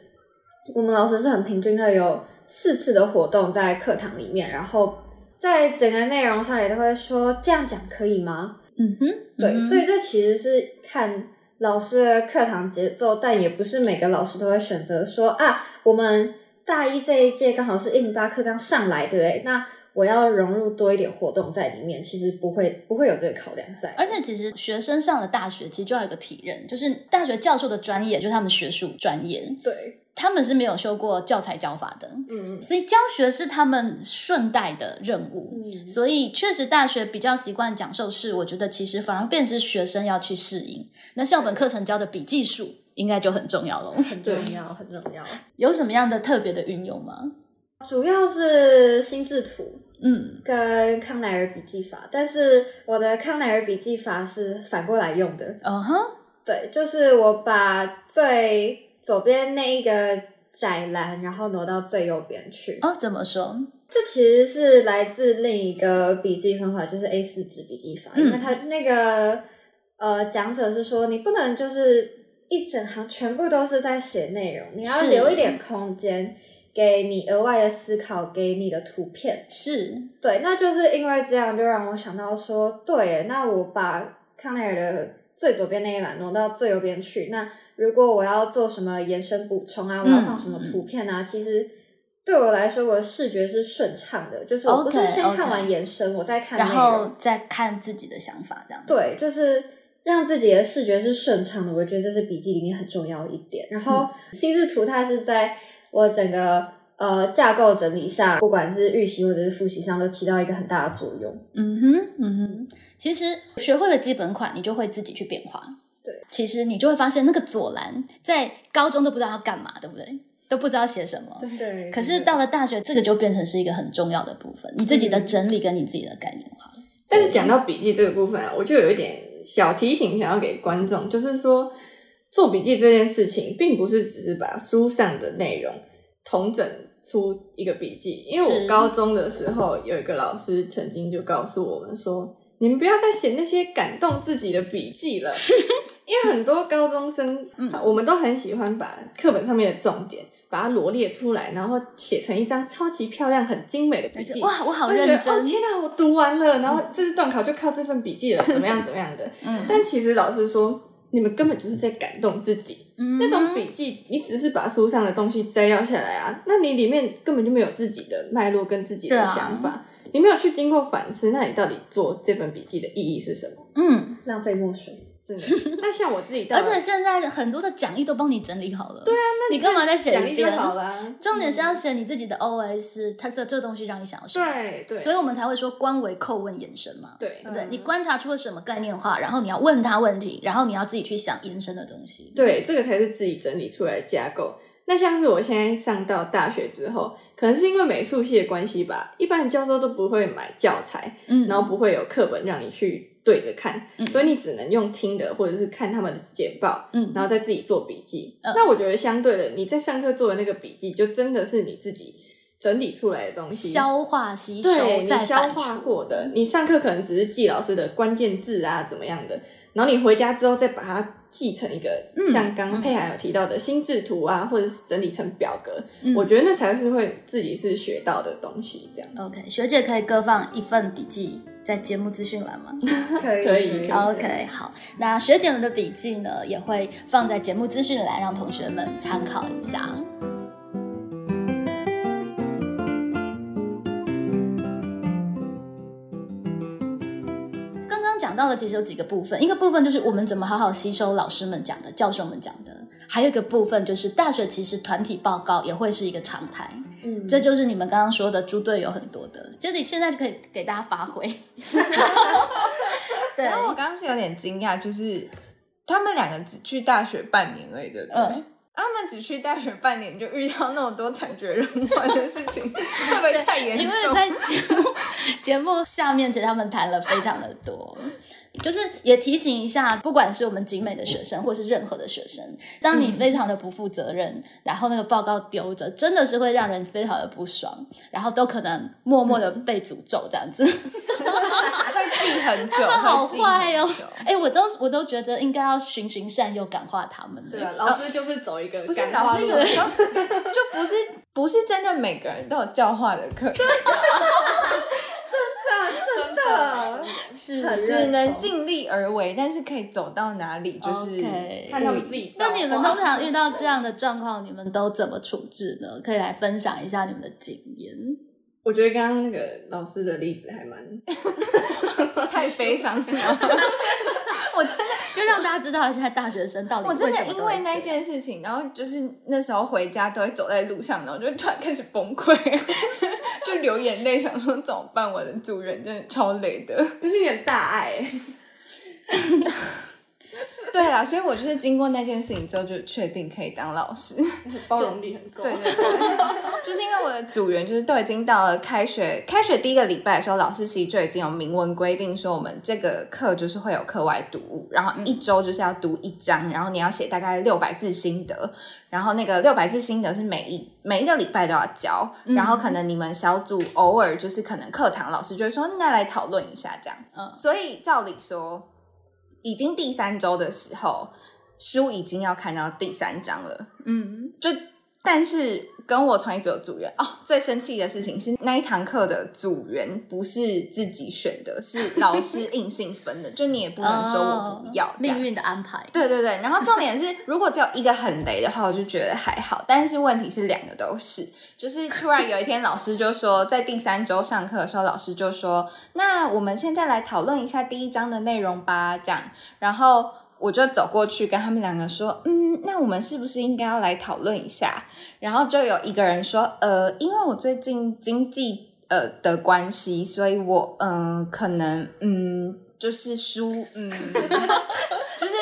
Speaker 1: 我们老师是很平均的，有四次的活动在课堂里面，然后在整个内容上也都会说这样讲可以吗？
Speaker 2: 嗯哼，
Speaker 1: 对，
Speaker 2: 嗯哼
Speaker 1: 所以这其实是看老师的课堂节奏，但也不是每个老师都会选择说啊，我们大一这一届刚好是印巴课刚上来的诶，那我要融入多一点活动在里面，其实不会不会有这个考量在，
Speaker 2: 而且其实学生上了大学，其实就要有一个体认，就是大学教授的专业就是他们学术专业，
Speaker 1: 对
Speaker 2: 他们是没有修过教材教法的，
Speaker 4: 嗯，
Speaker 2: 所以教学是他们顺带的任务。
Speaker 1: 嗯
Speaker 2: 所以确实，大学比较习惯讲授式，我觉得其实反而变成是学生要去适应。那校本课程教的笔记术应该就很重要喽。
Speaker 1: 很重要很重要，
Speaker 2: 有什么样的特别的运用吗？
Speaker 1: 主要是心智图，
Speaker 2: 嗯，
Speaker 1: 跟康奈尔笔记法，但是我的康奈尔笔记法是反过来用的。
Speaker 2: 嗯哼，
Speaker 1: 对，就是我把最左边那一个窄栏，然后挪到最右边去。
Speaker 2: 哦，怎么说？
Speaker 1: 这其实是来自另一个笔记方法，就是 A 四纸笔记法，
Speaker 2: 嗯
Speaker 1: 因为它那个呃讲者是说，你不能就是一整行全部都是在写内容，你要
Speaker 2: 是
Speaker 1: 留一点空间给你额外的思考，给你的图片。
Speaker 2: 是，
Speaker 1: 对，那就是因为这样，就让我想到说，对耶，那我把康奈尔的最左边那一栏挪到最右边去。那如果我要做什么延伸补充啊，我
Speaker 2: 嗯
Speaker 1: 要放什么图片啊，其实对我来说，我的视觉是顺畅的，就是我不是
Speaker 2: OK，
Speaker 1: 先
Speaker 2: OK
Speaker 1: 看完延伸，我再看
Speaker 2: 然
Speaker 1: 内容
Speaker 2: 后。再看自己的想法，这样。
Speaker 1: 对，就是让自己的视觉是顺畅的，我觉得这是笔记里面很重要的一点。然后
Speaker 2: 嗯
Speaker 1: 心智图它是在我整个呃架构整理上，不管是预习或者是复习上，都起到一个很大的作用。
Speaker 2: 嗯哼，嗯哼，其实学会了基本款，你就会自己去变化。
Speaker 1: 对，
Speaker 2: 其实你就会发现那个左栏在高中都不知道要干嘛，对不对？都不知道写什么。
Speaker 1: 对，
Speaker 2: 可是到了大学，这个就变成是一个很重要的部分，你自己的整理跟你自己的概念化。
Speaker 4: 但是讲到笔记这个部分啊，我就有一点小提醒想要给观众，就是说做笔记这件事情，并不是只是把书上的内容统整出一个笔记。因为
Speaker 2: 是
Speaker 4: 我高中的时候有一个老师曾经就告诉我们说，你们不要再写那些感动自己的笔记了，因为很多高中生，我们都很喜欢把课本上面的重点。把它罗列出来，然后写成一张超级漂亮、很精美的笔记。
Speaker 2: 哇，我好
Speaker 4: 我就觉得
Speaker 2: 认真
Speaker 4: 哦，天哪、我读完了，然后这次段考就靠这份笔记了，怎么样怎么样的。
Speaker 2: 嗯
Speaker 4: 但其实老师说，你们根本就是在感动自己。
Speaker 2: 嗯
Speaker 4: 那种笔记，你只是把书上的东西摘要下来啊，那你里面根本就没有自己的脉络跟自己的
Speaker 2: 对啊
Speaker 4: 想法，你没有去经过反思，那你到底做这份笔记的意义是什么？
Speaker 2: 嗯，
Speaker 1: 浪费墨水。
Speaker 4: 真的。 那像我自己到
Speaker 2: 而
Speaker 4: 了，
Speaker 2: 且现在很多的讲义都帮你整理好了。对啊，那你干嘛再写
Speaker 4: 奖
Speaker 2: 一
Speaker 4: 励就
Speaker 2: 遍？
Speaker 4: 好 啦。嗯
Speaker 2: 重点是要写你自己的 OS，它这这东西让你想要什么？
Speaker 4: 对对
Speaker 2: 所以我们才会说关为叩问延伸嘛。
Speaker 4: 对
Speaker 2: 对不对？你观察出了什么概念化，然后你要问他问题，然后你要自己去想延伸的东西。
Speaker 4: 对，这个才是自己整理出来的架构。那像是我现在上到大学之后，可能是因为美术系的关系吧，一般的教授都不会买教材，
Speaker 2: 嗯，
Speaker 4: 然后不会有课本让你去对着看，
Speaker 2: 嗯
Speaker 4: 所以你只能用听的或者是看他们的简报，
Speaker 2: 嗯
Speaker 4: 然后再自己做笔记。
Speaker 2: 嗯
Speaker 4: 那我觉得相对的，你在上课做的那个笔记，就真的是你自己整理出来的东西，
Speaker 2: 消化吸
Speaker 4: 对
Speaker 2: 收
Speaker 4: 你
Speaker 2: 再
Speaker 4: 消
Speaker 2: 反
Speaker 4: 化
Speaker 2: 刍
Speaker 4: 过的，你上课可能只是记老师的关键字啊，怎么样的，然后你回家之后再把它记成一个，
Speaker 2: 嗯
Speaker 4: 像刚刚佩涵有提到的心智图啊，或者是整理成表格，
Speaker 2: 嗯
Speaker 4: 我觉得那才是会自己是学到的东西，这样。
Speaker 2: OK，学姐可以各放一份笔记在节目资讯栏吗？
Speaker 1: 可以
Speaker 4: 可以
Speaker 1: 好
Speaker 2: OK，好，那学姐们的笔记呢也会放在节目资讯栏，让同学们参考一下。刚刚讲到了，其实有几个部分，一个部分就是我们怎么好好吸收老师们讲的、教授们讲的，还有一个部分就是大学其实团体报告也会是一个常态，
Speaker 1: 嗯，
Speaker 2: 这就是你们刚刚说的猪队友很多的，这里现在就可以给大家发挥。 对，
Speaker 3: 然后我刚刚是有点惊讶，就是他们两个只去大学半年而已，对不对？
Speaker 2: 嗯
Speaker 3: 他们只去大学半年就遇到那么多惨绝 人寰的事情，会不会太严
Speaker 2: 因为
Speaker 3: 重？
Speaker 2: 在节目 节目下面，其实他们谈了非常的多。就是也提醒一下，不管是我们景美的学生，或是任何的学生，当
Speaker 3: 嗯
Speaker 2: 你非常的不负责任，然后那个报告丢着，真的是会让人非常的不爽，然后都可能默默的被诅咒这样子。
Speaker 3: 会记很久，
Speaker 2: 他们 好
Speaker 3: 嗯会记很
Speaker 2: 坏哦
Speaker 3: 久！
Speaker 2: 哎、我都我都觉得应该要循循善诱，感化他们的。
Speaker 4: 对啊，老师就是走一个
Speaker 3: 不是
Speaker 4: 感化
Speaker 3: 老师
Speaker 4: 路
Speaker 3: 有时候 就不是不是真的每个人都有教化的课，
Speaker 1: 真的真的，
Speaker 2: 是
Speaker 1: 很
Speaker 3: 只能尽力而为，但是可以走到哪里就是
Speaker 2: OK
Speaker 4: 看他们自己
Speaker 2: 那
Speaker 4: 造化。
Speaker 2: 你们通常遇到这样的状况，你们都怎么处置呢？可以来分享一下你们的经验。
Speaker 4: 我觉得刚刚那个老师的例子还蛮，
Speaker 3: 太悲伤 了。我真的，
Speaker 2: 就让大家知道现在大学生到底
Speaker 3: 我真
Speaker 2: 什
Speaker 3: 的
Speaker 2: 么都
Speaker 3: 因
Speaker 2: 会
Speaker 3: 为那
Speaker 2: 这样
Speaker 3: 件事情，然后就是那时候回家都会走在路上，然后就突然开始崩溃， 就流眼泪，想说怎么办？我的主人真的超累的。
Speaker 4: 就是你的大爱、
Speaker 3: 对啦，所以我就是经过那件事情之后，就确定可以当老师。
Speaker 4: 包容力很够。
Speaker 3: 对对 对， 就是因为我的组员就是都已经到了开学，开学第一个礼拜的时候，老师其实就已经有明文规定说，我们这个课就是会有课外读物，然后一周就是要读一章，然后你要写大概六百字心得，然后那个六百字心得是每一每一个礼拜都要交，然后可能你们小组偶尔就是可能课堂老师就会说，那来讨论一下这样，
Speaker 2: 嗯
Speaker 3: 所以照理说，已经第三周的时候。书已经要看到第三章了，
Speaker 2: 嗯，
Speaker 3: 就但是跟我同一组的组员哦，最生气的事情是那一堂课的组员不是自己选的，是老师硬性 分的，就你也不能说我不要
Speaker 2: 哦
Speaker 3: 这样
Speaker 2: 命。运的安排。
Speaker 3: 对对对，然后重点是，如果只有一个很雷的话，我就觉得还好。但是问题是两个都是，就是突然有一天老师就说，在第三周上课的时候，老师就说：“那我们现在来讨论一下第一章的内容吧。”这样，然后我就走过去跟他们两个说：“嗯，那我们是不是应该要来讨论一下？”然后就有一个人说：“呃，因为我最近经济呃的关系，所以我嗯、呃可能嗯就是书嗯就是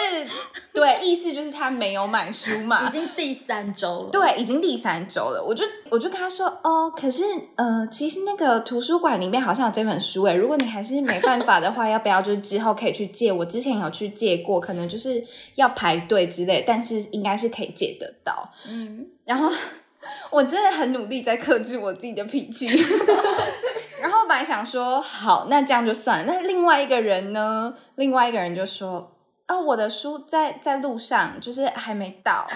Speaker 3: 对，意思就是他没有买书嘛，
Speaker 2: 已经第三周了，，
Speaker 3: 对，已经第三周了，我就我就跟他说，哦，可是呃，其实那个图书馆里面好像有这本书欸诶，如果你还是没办法的话，要不要就是之后可以去借？我之前有去借过，可能就是要排队之类，但是应该是可以借得到。嗯，然后 我真的很努力在克制我自己的脾气。然后我本来想说，好，那这样就算了。那另外一个人呢？另外一个人就说。啊，我的书在在路上，就是还没到。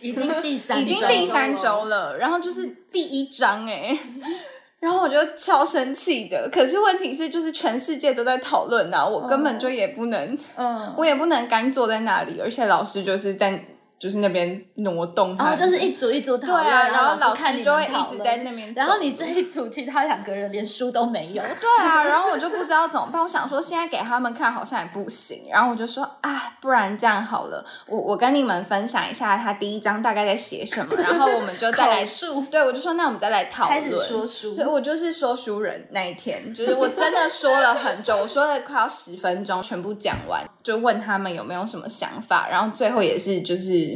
Speaker 2: 已经第三，
Speaker 3: 已经第三周，了，然后就是第一章哎、 然后我就超生气的。可是问题是，就是全世界都在讨论啊，我根本就也不能，
Speaker 2: 嗯，
Speaker 3: 我也不能干坐在那里，而且老师就是在就是那边挪动
Speaker 2: 然
Speaker 3: 他，
Speaker 2: 后就是一组一组讨
Speaker 3: 对
Speaker 2: 论，
Speaker 3: 啊，然
Speaker 2: 后
Speaker 3: 后老
Speaker 2: 看你
Speaker 3: 师
Speaker 2: 们
Speaker 3: 就会
Speaker 2: 讨
Speaker 3: 一直
Speaker 2: 论
Speaker 3: 在。那边走，
Speaker 2: 然后你这一组其他两个人连书都没有，
Speaker 3: 对啊，然后我就不知道怎么办。我想说现在给他们看好像也不行，然后我就说啊，不然这样好了，我我跟你们分享一下他第一章大概在写什么，然后我们就再来
Speaker 2: 口述
Speaker 3: 对，我就说那我们再来讨论。
Speaker 2: 开始说书
Speaker 3: 所以我就是说书人那一天，就是我真的说了很久， 我说了快要十分钟，全部讲完，就问他们有没有什么想法，然后最后也是就是。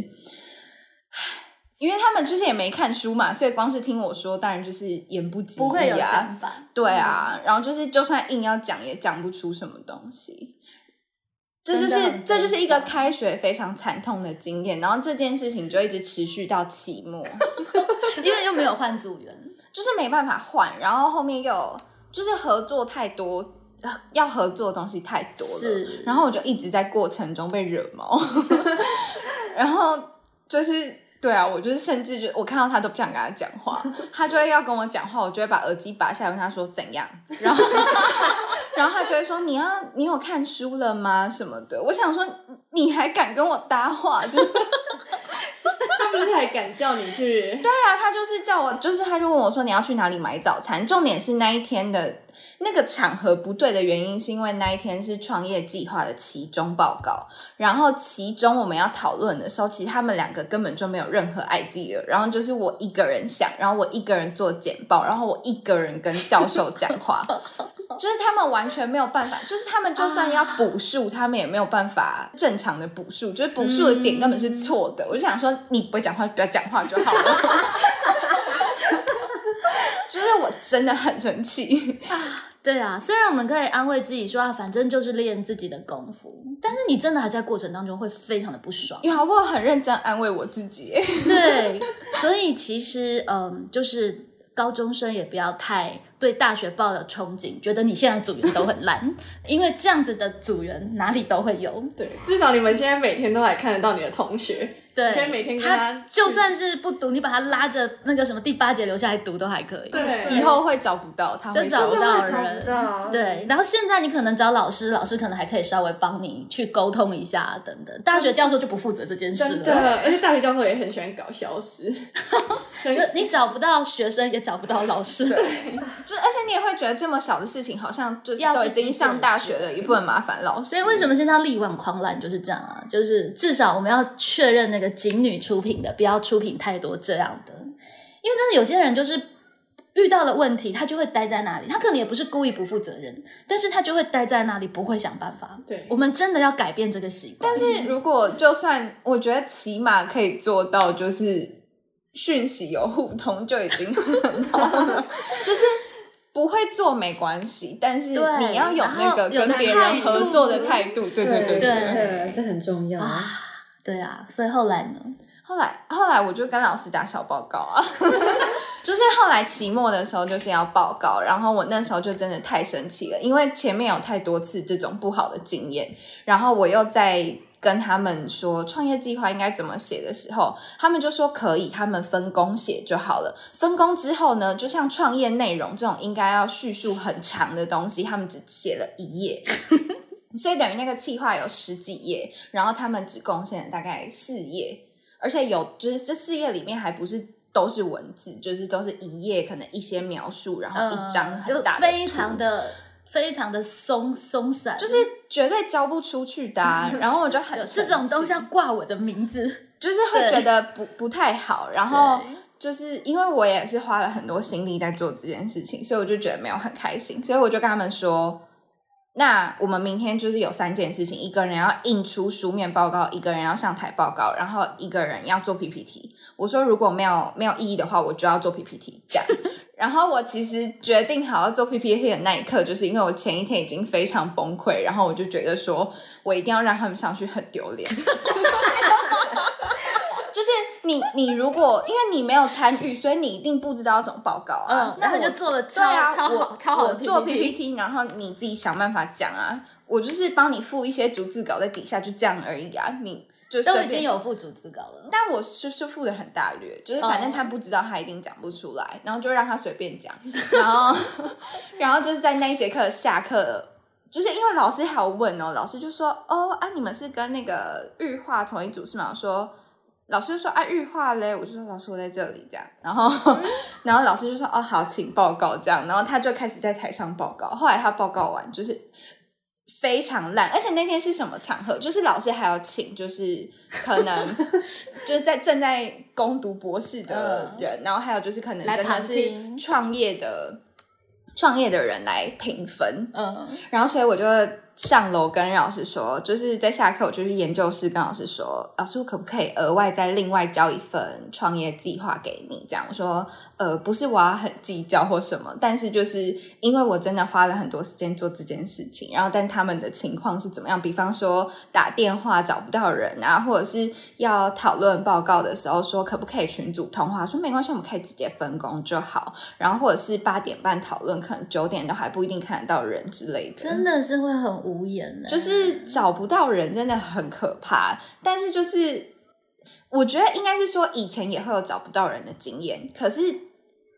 Speaker 3: 因为他们就是也没看书嘛，所以光是听我说，当然就是言不及义啊，
Speaker 2: 不会有想法。嗯
Speaker 3: 对啊，然后就是就算硬要讲，也讲不出什么东西。这就
Speaker 2: 真的
Speaker 3: 是
Speaker 2: 很
Speaker 3: 这就是一个
Speaker 2: 悲伤
Speaker 3: 开学非常惨痛的经验，然后这件事情就一直持续到期末，
Speaker 2: 因为又没有换组员，
Speaker 3: 就是没办法换，然后后面又有就是合作太多，呃要合作的东西太多了，
Speaker 2: 是
Speaker 3: 然后我就一直在过程中被惹毛， 然后就是对啊，我就是甚至就我看到他都不想跟他讲话，他就会要跟我讲话，我就会把耳机拔下来问他说怎样，然后 然后他就会说你要你有看书了吗什么的，我想说你你还敢跟我搭话，就是
Speaker 4: 他不是还敢叫你去？对，
Speaker 3: 对啊，他就是叫我，就是他就问我说你要去哪里买早餐。重点是那一天的那个场合不对的原因，是因为那一天是创业计划的期中报告，然后其中我们要讨论的时候，其实他们两个根本就没有任何 idea，然后就是我一个人想，然后我一个人做简报，然后我一个人跟教授讲话，就是他们完全没有办法，就是他们就算要补数，他们也没有办法正常的补数，就是补数的点根本是错的。我就想说，你不会讲话，不要讲话就好了。就是我真的很生气，
Speaker 2: 对啊，虽然我们可以安慰自己说啊，反正就是练自己的功夫，但是你真的还在过程当中会非常的不爽。
Speaker 3: 有好不好？很认真安慰我自己。
Speaker 2: 对，所以其实嗯，就是高中生也不要太对大学抱有憧憬，觉得你现在组员都很烂，因为这样子的组员哪里都会有。
Speaker 4: 对，至少你们现在每天都还看得到你的同学，
Speaker 2: 对，
Speaker 4: 可以每天跟
Speaker 2: 他
Speaker 4: 他
Speaker 2: 就算是不读，你把他拉着那个什么第八节留下来读都还可以。
Speaker 4: 对
Speaker 3: 以后会找不到，他会
Speaker 2: 就找
Speaker 3: 消
Speaker 2: 不
Speaker 3: 失。
Speaker 2: 到
Speaker 1: 真的
Speaker 2: 人
Speaker 1: 会找不到，
Speaker 2: 对。然后现在你可能找老师，老师可能还可以稍微帮你去沟通一下等等。大学教授就不负责这件事
Speaker 4: 真
Speaker 2: 了，
Speaker 4: 的，而且大学教授也很喜欢搞消 失，
Speaker 2: 就你找不到学生，也找不到老师。
Speaker 3: 就而且你也会觉得这么小的事情，好像就是
Speaker 2: 要
Speaker 3: 都已
Speaker 2: 自己
Speaker 3: 经上大学了，也不能麻烦老师。
Speaker 2: 所以为什么现在要力挽狂澜就是这样啊？就是至少我们要确认那个警女出品的，不要出品太多这样的，因为真的有些人就是遇到了问题，他就会待在那里，他可能也不是故意不负责任，但是他就会待在那里，不会想办法。
Speaker 4: 对
Speaker 2: 我们真的要改变这个习惯。
Speaker 3: 但是如果就算，我觉得起码可以做到，就是讯息有互通就已经很好 了，就是不会做没关系，但是
Speaker 2: 对
Speaker 3: 你要有那个
Speaker 2: 然后有
Speaker 3: 跟别人合作的态度，对对
Speaker 1: 对
Speaker 3: 对
Speaker 2: 对
Speaker 1: 这很重要。
Speaker 2: 对啊，所以后来呢？
Speaker 3: 后来后来我就跟老师打小报告啊， 就是后来期末的时候就是要报告，然后我那时候就真的太生气了，因为前面有太多次这种不好的经验，然后我又在。跟他们说创业计划应该怎么写的时候，他们就说可以，他们分工写就好了。分工之后呢，就像创业内容这种应该要叙述很长的东西，他们只写了一 页，所以等于那个企划有十几页，然后他们只贡献了大概四页，而且有就是这四页里面还不是都是文字，就是都是一页可能一些描述，然后一张
Speaker 2: 嗯
Speaker 3: 很
Speaker 2: 就
Speaker 3: 大的、
Speaker 2: 非常。的非常的松松散，
Speaker 3: 就是绝对交不出去的、啊，然后我就很
Speaker 2: 嗯有这种东西要
Speaker 3: 生气，
Speaker 2: 挂我的名字。
Speaker 3: 就是会
Speaker 2: 对
Speaker 3: 觉得不不太好。然后就是因为我也是花了很多心力在做这件事情，所以我就觉得没有很开心，所以我就跟他们说。那我们明天就是有三件事情，一个人要印出书面报告，一个人要上台报告，然后一个人要做 PPT。我说如果没有没有意义的话，我就要做 PPT 这样。然后我其实决定好要做 PPT 的那一刻，就是因为我前一天已经非常崩溃，然后我就觉得说我一定要让他们上去很丢脸。 就是你，你如果因为你没有参与，所以你一定不知道怎么报告啊。
Speaker 2: 嗯，
Speaker 3: 那
Speaker 2: 然后
Speaker 3: 我
Speaker 2: 就做了
Speaker 3: 对
Speaker 2: 超、
Speaker 3: 啊，
Speaker 2: 超
Speaker 3: 我
Speaker 2: 好超好的
Speaker 3: 我做
Speaker 2: PPT。
Speaker 3: PPT，然后你自己想办法讲啊。我就是帮你附一些逐字稿在底下，就这样而已啊。你就随
Speaker 2: 都
Speaker 3: 便
Speaker 2: 已经有副主资稿了，
Speaker 3: 但我是是付的很大略，就是反正他不知道，他一定讲不出来然后就让他随便讲，然后然后就是在那一节课下课，就是因为老师还有问哦，老师就说哦啊，你们是跟那个日化同一组是吗？我说。老师就说啊，日化嘞，我就说老师我在这里这样，然后、
Speaker 2: 嗯
Speaker 3: 然后老师就说哦好，请报告这样，然后他就开始在台上报告，后来他报告完就是非常烂，而且那天是什么场合？就是老师还要请，就是可 能就是在正在攻读博士的人，然后还有就是可能
Speaker 2: 嗯来
Speaker 3: 真的
Speaker 2: 旁
Speaker 3: 是
Speaker 2: 听
Speaker 3: 创业的创业的人来评分，
Speaker 2: 嗯，
Speaker 3: 然后所以我就上楼跟老师说，就是在下课我就去研究室跟老师说，老师我可不可以额外再另外交一份创业计划给你？这样我说，呃，不是我要很计较或什么，但是就是因为我真的花了很多时间做这件事情，然后但他们的情况是怎么样？比方说打电话找不到人啊，或者是要讨论报告的时候说可不可以群组通话？说没关系，我们可以直接分工就好。然后或者是八点半讨论，可能九点都还不一定看得到人之类的。
Speaker 2: 真的是会很无言的，
Speaker 3: 就是找不到人真的很可怕。但是就是，我觉得应该是说以前也会有找不到人的经验，可是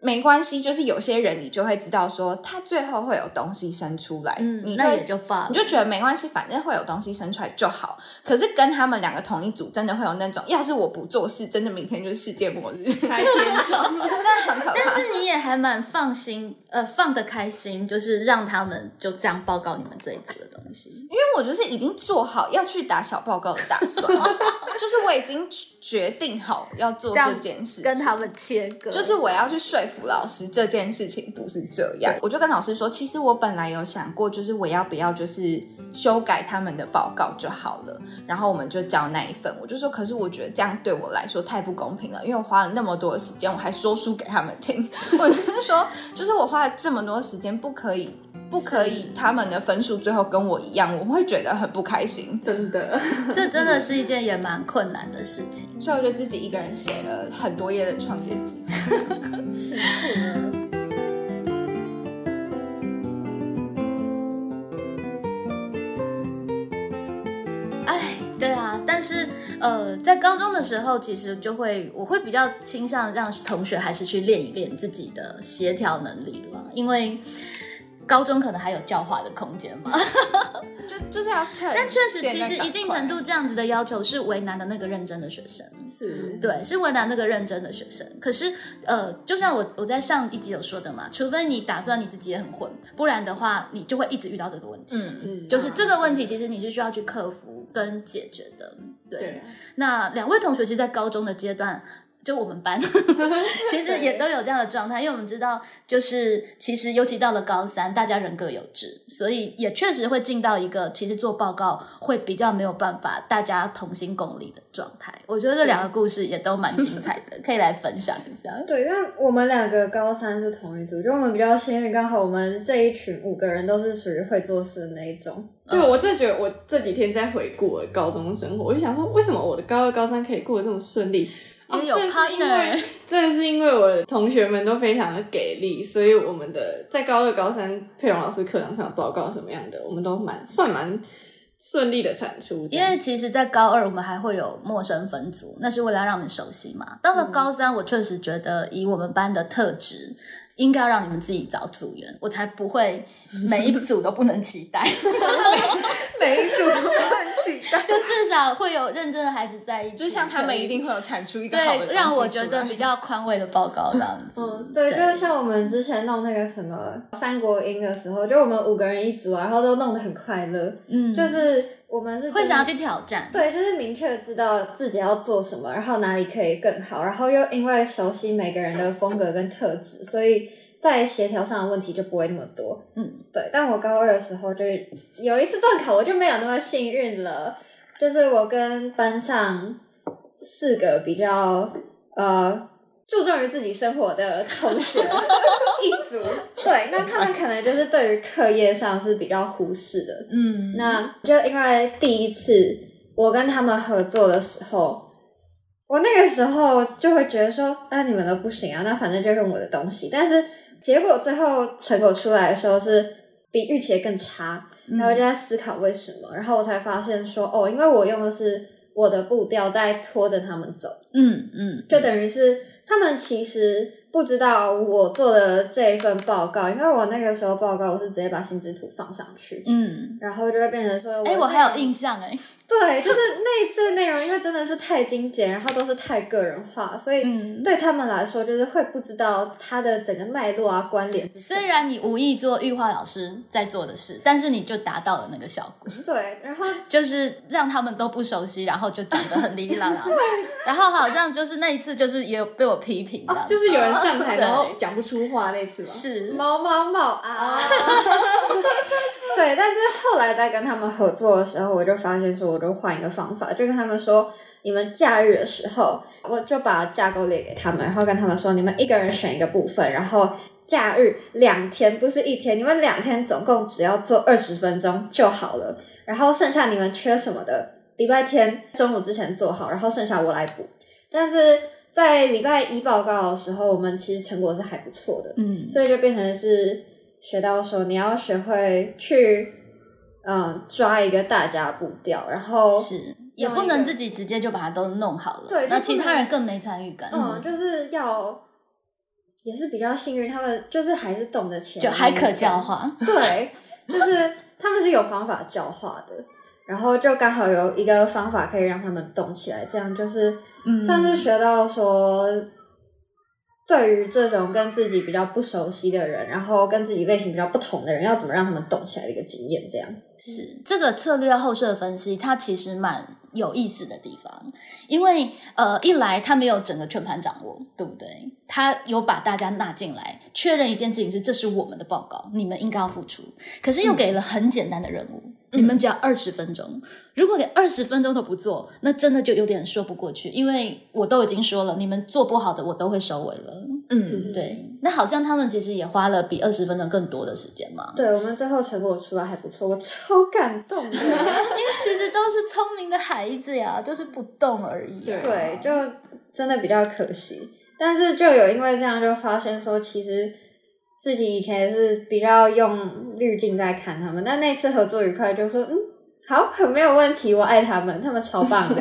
Speaker 3: 没关系，就是有些人你就会知道说他最后会有东西生出来，
Speaker 2: 嗯，
Speaker 3: 你
Speaker 2: 那
Speaker 3: 会
Speaker 2: 也就罢了
Speaker 3: 你，就觉得没关系，反正会有东西生出来就好。可是跟他们两个同一组，真的会有那种，要是我不做事，真的明天就是世界末日，真
Speaker 4: 开天窗，
Speaker 3: 的很可怕。
Speaker 2: 但是你也还蛮放心，呃，放得开心，就是让他们就这样报告你们这一组的东西。
Speaker 3: 因为我就是已经做好要去打小报告的打算，就是我已经决定好要做这件事情，
Speaker 2: 跟他们切割，
Speaker 3: 就是我要去说服老师这件事情不是这样。我就跟老师说，其实我本来有想过，就是我要不要就是修改他们的报告就好了，然后我们就交那一份。我就说，可是我觉得这样对我来说太不公平了，因为我花了那么多的时间，我还说书给他们 听。我就是说，就是我花了这么多时间，不可以。不可以，他们的分数最后跟我一样，我会觉得很不开心。
Speaker 4: 真的，
Speaker 2: 这真的是一件也蛮困难的事情。
Speaker 3: 所以我就自己一个人写了很多页的创业记。
Speaker 2: 嗯哎，对啊，但是呃，在高中的时候，其实就会我会比较倾向让同学还是去练一练自己的协调能力了，因为高中可能还有教化的空间嘛。
Speaker 3: 就就是要趁，
Speaker 2: 但确 实，其实一定程度这样子的要求是为难的那个认真的学生。
Speaker 4: 是
Speaker 2: 对，是为难那个认真的学生。可是，呃，就像我我在上一集有说的嘛，除非你打算你自己也很混，不然的话，你就会一直遇到这个问题。
Speaker 3: 嗯，
Speaker 4: 嗯
Speaker 2: 就是这个问题，其实你是需要去克服跟解决的。对，
Speaker 4: 对啊，
Speaker 2: 那两位同学其实，在高中的阶段，就我们班， 其实也都有这样的状态，因为我们知道，就是其实尤其到了高三，大家人各有志，所以也确实会进到一个其实做报告会比较没有办法大家同心共力的状态。我觉得这两个故事也都蛮精彩的，可以来分享一下。
Speaker 1: 对，但我们两个高三是同一组，就我们比较幸运，刚好我们这一群五个人都是属于会做事的那一种。
Speaker 4: 对，我真的觉得我这几天在回顾我的高中生活，我就想说，为什么我的高二、高三可以过得这么顺利？
Speaker 2: 因
Speaker 4: 哦
Speaker 2: 为有
Speaker 4: 正是因为
Speaker 2: partner
Speaker 4: 真的是因为我的同学们都非常的给力，所以我们的在高二、高三佩蓉老师课堂上的报告什么样的，我们都蛮算蛮顺利的产出这
Speaker 2: 因
Speaker 4: 样。
Speaker 2: 为其实，在高二我们还会有陌生分组，那是为了要让你们熟悉嘛。到了高三，我确实觉得以我们班的特质，应该要让你们自己找组员，我才不会每一组都不能期 待，
Speaker 1: 每一组都很期待。
Speaker 2: 就至少会有认真的孩子 在一起，
Speaker 3: 就是像他们一定会有产出一个好的东
Speaker 2: 对
Speaker 3: 西
Speaker 2: 让我
Speaker 3: 出来
Speaker 2: 觉得比较宽慰的报告这样子。
Speaker 1: 嗯，对，就是像我们之前弄那个什么三国音的时候，就我们五个人一组啊，然后都弄得很快乐。
Speaker 2: 嗯，
Speaker 1: 就是我们是
Speaker 2: 会想要
Speaker 1: 真
Speaker 2: 去挑战。
Speaker 1: 的对，就是明确知道自己要做什么，然后哪里可以更好，然后又因为熟悉每个人的风格跟特质，所以在协调上的问题就不会那么多。
Speaker 2: 嗯，
Speaker 1: 对，但我高二的时候就是有一次断考，我就没有那么幸运了。就是我跟班上四个比较呃注重于自己生活的同学一组，对，那他们可能就是对于课业上是比较忽视的。
Speaker 2: 嗯，
Speaker 1: 那就因为第一次我跟他们合作的时候，我那个时候就会觉得说，那、你们都不行啊，那反正就用我的东西。但是结果最后成果出来的时候是比预期的更差，然后就在思考为什么，然后我才发现说，哦，因为我用的是我的步调在拖着他们走，
Speaker 2: 嗯嗯，
Speaker 1: 就等于是他们其实。不知道我做的这一份报告，因为我那个时候报告我是直接把心智图放上去，
Speaker 2: 嗯，
Speaker 1: 然后就会变成说，
Speaker 2: 哎、我还有印象哎、
Speaker 1: 对，就是那一次的内容，因为真的是太精简，然后都是太个人化，所以
Speaker 2: 嗯
Speaker 1: 对他们来说，就是会不知道它的整个脉络啊、关联是什
Speaker 2: 虽
Speaker 1: 么。
Speaker 2: 然你无意做玉化老师在做的事，但是你就达到了那个效果。
Speaker 1: 对，然后
Speaker 2: 就是让他们都不熟悉，然后就讲得很哩哩啦啦，然后好像就是那一次，就是也有被我批评的、
Speaker 4: 哦就是有人上 台
Speaker 2: 对
Speaker 4: 然后讲不出话那次吗？
Speaker 2: 是
Speaker 1: 某某某啊，对，但是后来在跟他们合作的时候，我就发现说，我就换一个方法，就跟他们说，你们假日的时候，我就把架构列给他们，然后跟他们说，你们一个人选一个部分，然后。假日两天不是一天，你们两天总共只要做二十分钟就好了。然后剩下你们缺什么的，礼拜天中午之前做好，然后剩下我来补。但是在礼拜一报告的时候，我们其实成果是还不错的。
Speaker 2: 嗯
Speaker 1: 所以就变成是学到说你要学会去嗯抓一个大家步调，然后
Speaker 2: 是，也不能自己直接就把它都弄好了，
Speaker 1: 对就
Speaker 2: 那
Speaker 1: 不
Speaker 2: 其他
Speaker 1: 能
Speaker 2: 人更没参与感，
Speaker 1: 嗯就是要也是比较幸运，他们就是还是懂得起来，
Speaker 2: 就还可教，化，
Speaker 1: 对，就是他们是有方法教化的。然后就刚好有一个方法可以让他们动起来，这样就是
Speaker 2: 嗯
Speaker 1: 算是学到说，对于这种跟自己比较不熟悉的人，然后跟自己类型比较不同的人，要怎么让他们动起来的一个经验，这样。
Speaker 2: 是这个策略后设分析，它其实蛮有意思的地方，因为呃，一来他没有整个全盘掌握，对不对？他有把大家纳进来，确认一件事情是这是我们的报告，你们应该要付出，可是又给了很简单的任务，你们只要二十分钟。如果连二十分钟都不做，那真的就有点说不过去，因为我都已经说了，你们做不好的我都会收尾了。
Speaker 3: 嗯，
Speaker 2: 对，那好像他们其实也花了比二十分钟更多的时间嘛。
Speaker 1: 对我们最后成果出来还不错，我超感动的。
Speaker 2: 因为其实都是聪明的孩子呀，就是不动而已、啊。
Speaker 1: 对，就真的比较可惜。但是就有因为这样就发现说，其实自己以前也是比较用滤镜在看他们，但那次合作愉快，就说嗯，好，很没有问题，我爱他们，他们超棒的。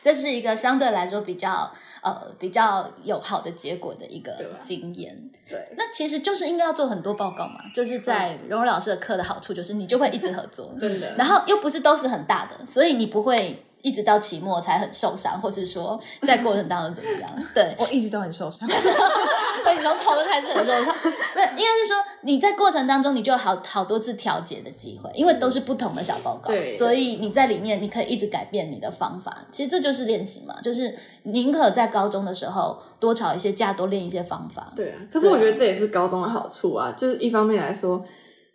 Speaker 2: 这是一个相对来说比较呃比较有好的结果的一个经验。
Speaker 1: 啊对，
Speaker 2: 那其实就是应该要做很多报告嘛，就是在荣荣老师的课的好处就是你就会一直合 作，
Speaker 4: 真的
Speaker 2: 然后又不是都是很大的，所以你不会一直到期末才很受伤，或是说在过程当中怎么样？对，
Speaker 3: 我一直都很 受伤。
Speaker 2: 所以你从头就开始很受伤，不是，应该是说你在过程当中你就有好好多次调节的机会，因为都是不同的小报告，
Speaker 4: 对
Speaker 2: 所以你在里面你可以一直改变你的方法。其实这就是练习嘛，就是宁可在高中的时候多吵一些架，多练一些方法。
Speaker 4: 对啊，可是我觉得这也是高中的好处啊，就是一方面来说，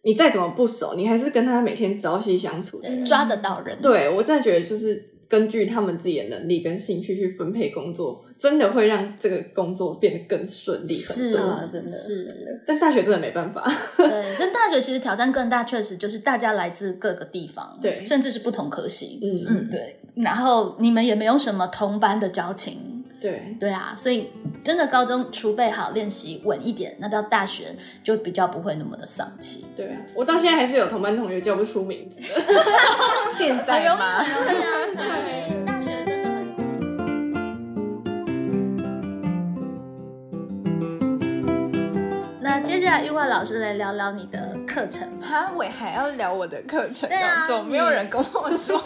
Speaker 4: 你再怎么不熟，你还是跟他每天朝夕相处的人。
Speaker 2: 抓得到人，
Speaker 4: 对我真的觉得，就是根据他们自己的能力跟兴趣去分配工作，真的会让这个工作变得更顺利很
Speaker 2: 是
Speaker 4: 多。
Speaker 1: 啊真的
Speaker 2: 是，
Speaker 4: 但大学真的没办法，
Speaker 2: 对。所以大学其实挑战更大，确实就是大家来自各个地方，
Speaker 4: 对
Speaker 2: 甚至是不同科系，
Speaker 4: 嗯嗯，
Speaker 2: 对。然后你们也没有什么同班的交情，
Speaker 4: 对，
Speaker 2: 对啊，所以真的高中储备好练习稳一点，那到大学就比较不会那么的丧气。
Speaker 4: 对啊，我到现在还是有同班同学叫不出名字的。
Speaker 3: 现
Speaker 2: 很容
Speaker 3: 在
Speaker 2: 易，
Speaker 3: 吗？
Speaker 2: 对啊，对，啊大学真的很。那接下来玉慧老师来聊聊你的课程，
Speaker 3: 哈，我还要聊我的课程哦，
Speaker 2: 对啊
Speaker 3: 总没有人跟我说。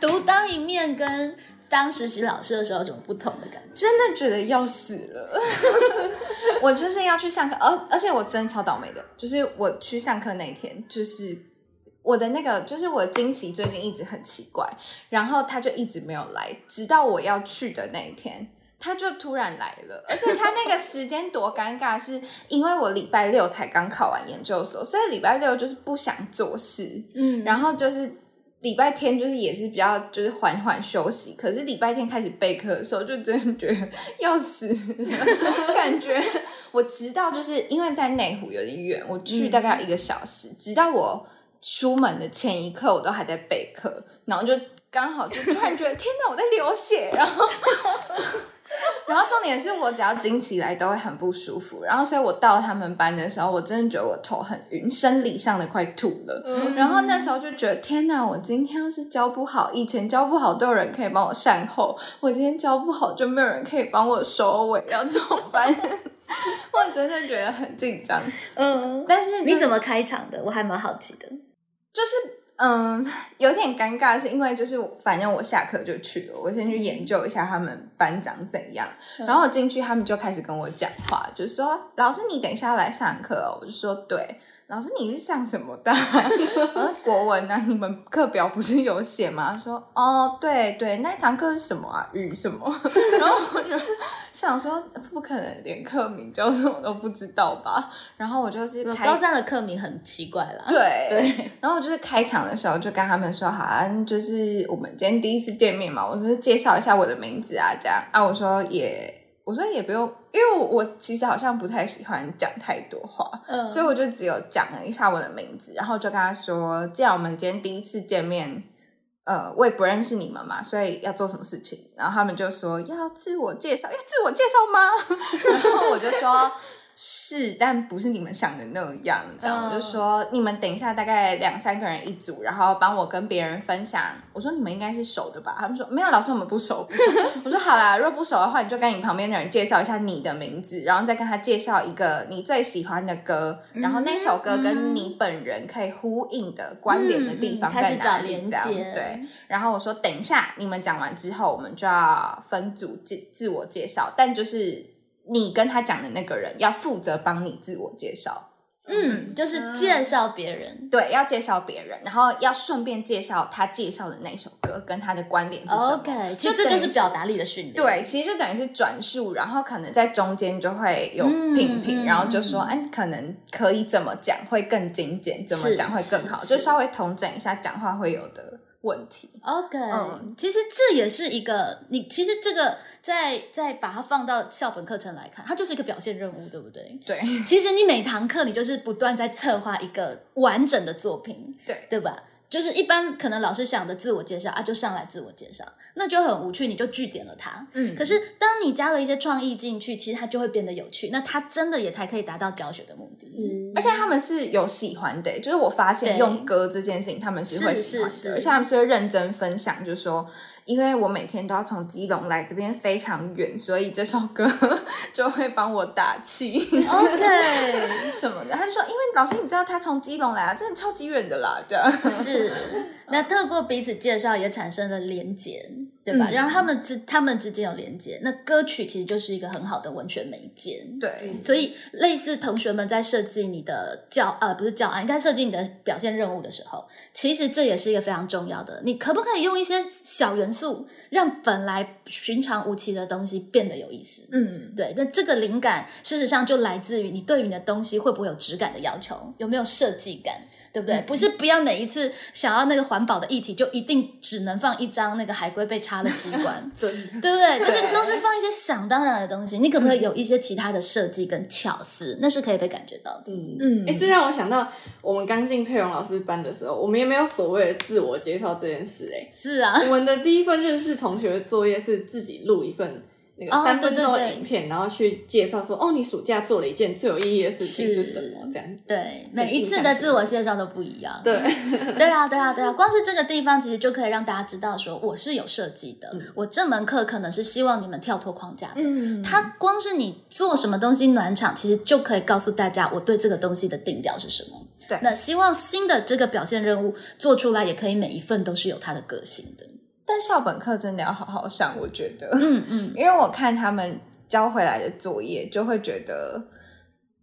Speaker 2: 独当一面跟当实习老师的时候有什么不同的感觉？
Speaker 3: 真的觉得要死了。 我就是要去上课，而而且我真的超倒霉的，就是我去上课那一天，就是我的那个，就是我经期最近一直很奇怪，然后他就一直没有来，直到我要去的那一天。他就突然来了，而且他那个时间多尴尬，是因为我礼拜六才刚考完研究所，所以礼拜六就是不想做事，
Speaker 2: 嗯
Speaker 3: 然后就是礼拜天就是也是比较就是缓缓休息，可是礼拜天开始备课的时候，就真的觉得要死了感觉我直到就是因为在内湖有点远，我去大概要一个小时，直到我出门的前一刻，我都还在备课，然后就刚好就突然觉得天哪，我在流血，然后。然后重点是我只要经起来都会很不舒服，然后所以我到他们班的时候，我真的觉得我头很晕，生理上的快吐了。然后那时候就觉得天哪，我今天要是教不好，以前教不好都有人可以帮我善后，我今天教不好就没有人可以帮我收尾，要怎么办？ 我真的觉得很紧张，
Speaker 2: 嗯，
Speaker 3: 但是、
Speaker 2: 你怎
Speaker 3: 么
Speaker 2: 么开场的？我还蛮好奇的。
Speaker 3: 就是嗯有点尴尬，是因为就是我反正我下课就去了，我先去研究一下他们班长怎样，然后我进去他们就开始跟我讲话，就说老师你等一下要来上课、哦，我就说对。老师，你是上什么的啊？ 我说国文啊，你们课表不是有写吗？说哦，对对，那一堂课是什么啊？语什么？ 然后我就想说，不可能连课名叫什么都不知道吧？然后我就是开
Speaker 2: 高三的课名很奇怪啦，
Speaker 3: 对
Speaker 2: 啊对，
Speaker 3: 然后我就是开场的时候就跟他们说，好啊，就是我们今天第一次见面嘛，我就是介绍一下我的名字啊，这样啊，我说也，我说也不用，因为我我其实好像不太喜欢讲太多话，
Speaker 2: 嗯
Speaker 3: 所以我就只有讲了一下我的名字，然后就跟他说，既然我们今天第一次见面。呃，我也不认识你们嘛，所以要做什么事情？然后他们就说要自我介绍，要自我介绍吗？ 然后我就说是，但不是你们想的那样。这样、我就
Speaker 2: 嗯
Speaker 3: 说，你们等一下大概两三个人一组，然后帮我跟别人分享。我说你们应该是熟的吧？他们说没有，老师我们不熟。不熟我说好啦，如果不熟的话，你就跟你旁边的人介绍一下你的名字，然后再跟他介绍一个你最喜欢的歌，
Speaker 2: 嗯
Speaker 3: 然后那首歌跟你本人可以呼应的关联的地
Speaker 2: 嗯嗯
Speaker 3: 方
Speaker 2: 开
Speaker 3: 在
Speaker 2: 始
Speaker 3: 哪
Speaker 2: 找
Speaker 3: 里？
Speaker 2: 连
Speaker 3: 这样
Speaker 2: 接
Speaker 3: 对。然后我说等一下，你们讲完之后，我们就要分组介自我介绍，但就是你跟他讲的那个人要负责帮你自我介绍。
Speaker 2: 嗯，就是介绍别人。
Speaker 3: 对，要介绍别人，然后要顺便介绍他介绍的那首歌跟他的关联是什么。
Speaker 2: OK，其实这就是表达力的训练。，
Speaker 3: 对，其实就等于是转述，然后可能在中间就会有
Speaker 2: 嗯
Speaker 3: 品评，
Speaker 2: 嗯
Speaker 3: 然后就说，哎、可能可以怎么讲会更精简，怎么
Speaker 2: 是
Speaker 3: 讲会更好，
Speaker 2: 是
Speaker 3: 就稍微统整一下讲话会有的问题。
Speaker 2: OK，、
Speaker 3: 嗯
Speaker 2: 其实这也是一个你其实这个在在把它放到校本课程来看，它就是一个表现任务，对不对？
Speaker 3: 对，
Speaker 2: 其实你每堂课你就是不断在策划一个完整的作品，
Speaker 3: 对
Speaker 2: 对吧？就是一般可能老师想的自我介绍啊，就上来自我介绍，那就很无趣，你就据点了它。
Speaker 3: 嗯
Speaker 2: 可是当你加了一些创意进去，其实它就会变得有趣，那它真的也才可以达到教学的目的。
Speaker 4: 嗯，，
Speaker 3: 而且他们是有喜欢的，就是我发现
Speaker 2: 对
Speaker 3: 用歌这件事情，他们是会喜欢的，
Speaker 2: 是是是
Speaker 3: 而且他们是会认真分享，就是说，因为我每天都要从基隆来这边非常远，所以这首歌 就会帮我打气
Speaker 2: OK，
Speaker 3: 什么的。他就说，因为老师你知道他从基隆来啊，真的超级远的啦， 这样。
Speaker 2: 是，那透过彼此介绍也产生了连结，对吧？
Speaker 3: 嗯
Speaker 2: 让他们之他们之间有连结，那歌曲其实就是一个很好的文学媒介。
Speaker 3: 对，
Speaker 2: 所以，类似同学们在设计你的教呃不是教案，应该设计你的表现任务的时候，其实这也是一个非常重要的。你可不可以用一些小元素，让本来寻常无奇的东西变得有意思？
Speaker 3: 嗯，
Speaker 2: 对，那这个灵感事实上就来自于你对于你的东西会不会有质感的要求，有没有设计感，对不对？不是不要每一次想要那个环保的议题，就一定只能放一张那个海龟被插的吸管
Speaker 4: 真的
Speaker 2: 对不对？就是
Speaker 3: 对
Speaker 2: 都是放一些想当然的东西，你可不可以有一些其他的设计跟巧思？那是可以被感觉到的。
Speaker 4: 嗯
Speaker 3: 嗯
Speaker 4: 哎、这让我想到我们刚进佩蓉老师班的时候，我们也没有所谓的自我介绍这件事、哎，
Speaker 2: 是啊，
Speaker 4: 我们的第一份认识同学作业是自己录一份那个
Speaker 2: 哦
Speaker 4: 三分钟
Speaker 2: 对对
Speaker 4: 的
Speaker 2: 对
Speaker 4: 影片，然后去介绍说，哦，你暑假做了一件最有意义的事情是
Speaker 2: 是
Speaker 4: 什么？这样子。
Speaker 2: 对，每一次的自我介绍都不一样。
Speaker 4: 对，
Speaker 2: 对啊，对啊，对啊，光是这个地方其实就可以让大家知道说我是有设计的，我这门课可能是希望你们跳脱框架的。
Speaker 3: 嗯，
Speaker 2: 它光是你做什么东西暖场，其实就可以告诉大家我对这个东西的定调是什么。
Speaker 3: 对
Speaker 2: 那希望新的这个表现任务做出来，也可以每一份都是有它的个性的。
Speaker 3: 但校本课真的要好好上，我觉得。
Speaker 2: 嗯嗯，
Speaker 3: 因为我看他们交回来的作业，就会觉得，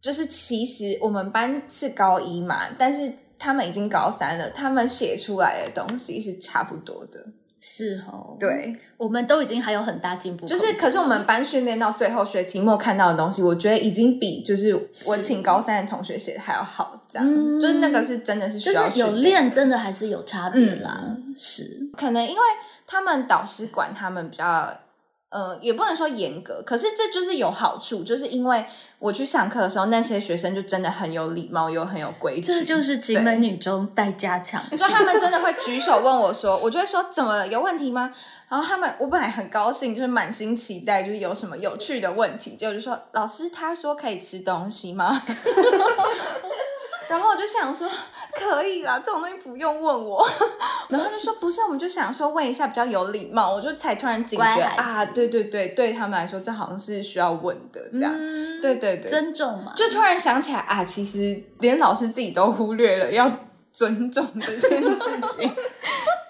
Speaker 3: 就是其实我们班是高一嘛，但是他们已经高三了，他们写出来的东西是差不多的。
Speaker 2: 是哦，，
Speaker 3: 对，
Speaker 2: 我们都已经还有很大进步空
Speaker 3: 就
Speaker 2: 间，
Speaker 3: 是可是我们班训练到最后学期末看到的东西，我觉得已经比就是我请高三的同学写的还要好，这样、
Speaker 2: 嗯
Speaker 3: 就是那个是真的是需
Speaker 2: 就
Speaker 3: 要
Speaker 2: 是有
Speaker 3: 训
Speaker 2: 练，真的还是有差别啦。
Speaker 3: 嗯
Speaker 2: 是，
Speaker 3: 可能因为他们导师管他们比较，呃，也不能说严格，可是这就是有好处，就是因为我去上课的时候，那些学生就真的很有礼貌，又很有规矩，
Speaker 2: 这就是景美女中带加强。
Speaker 3: 就他们真的会举手问我说，我就会说怎么了，有问题吗？然后他们我本来很高兴，就是满心期待，就是有什么有趣的问题，结果就说老师他说可以吃东西吗？ 然后我就想说可以啦，这种东西不用问我。 然后他就说不是，我们就想说问一下比较有礼貌。我就才突然警
Speaker 2: 乖
Speaker 3: 觉
Speaker 2: 孩子
Speaker 3: 啊，对对对，对他们来说这好像是需要问的这样。
Speaker 2: 嗯
Speaker 3: 对对对，
Speaker 2: 尊重嘛，
Speaker 3: 就突然想起来啊，其实连老师自己都忽略了要尊重这件事情，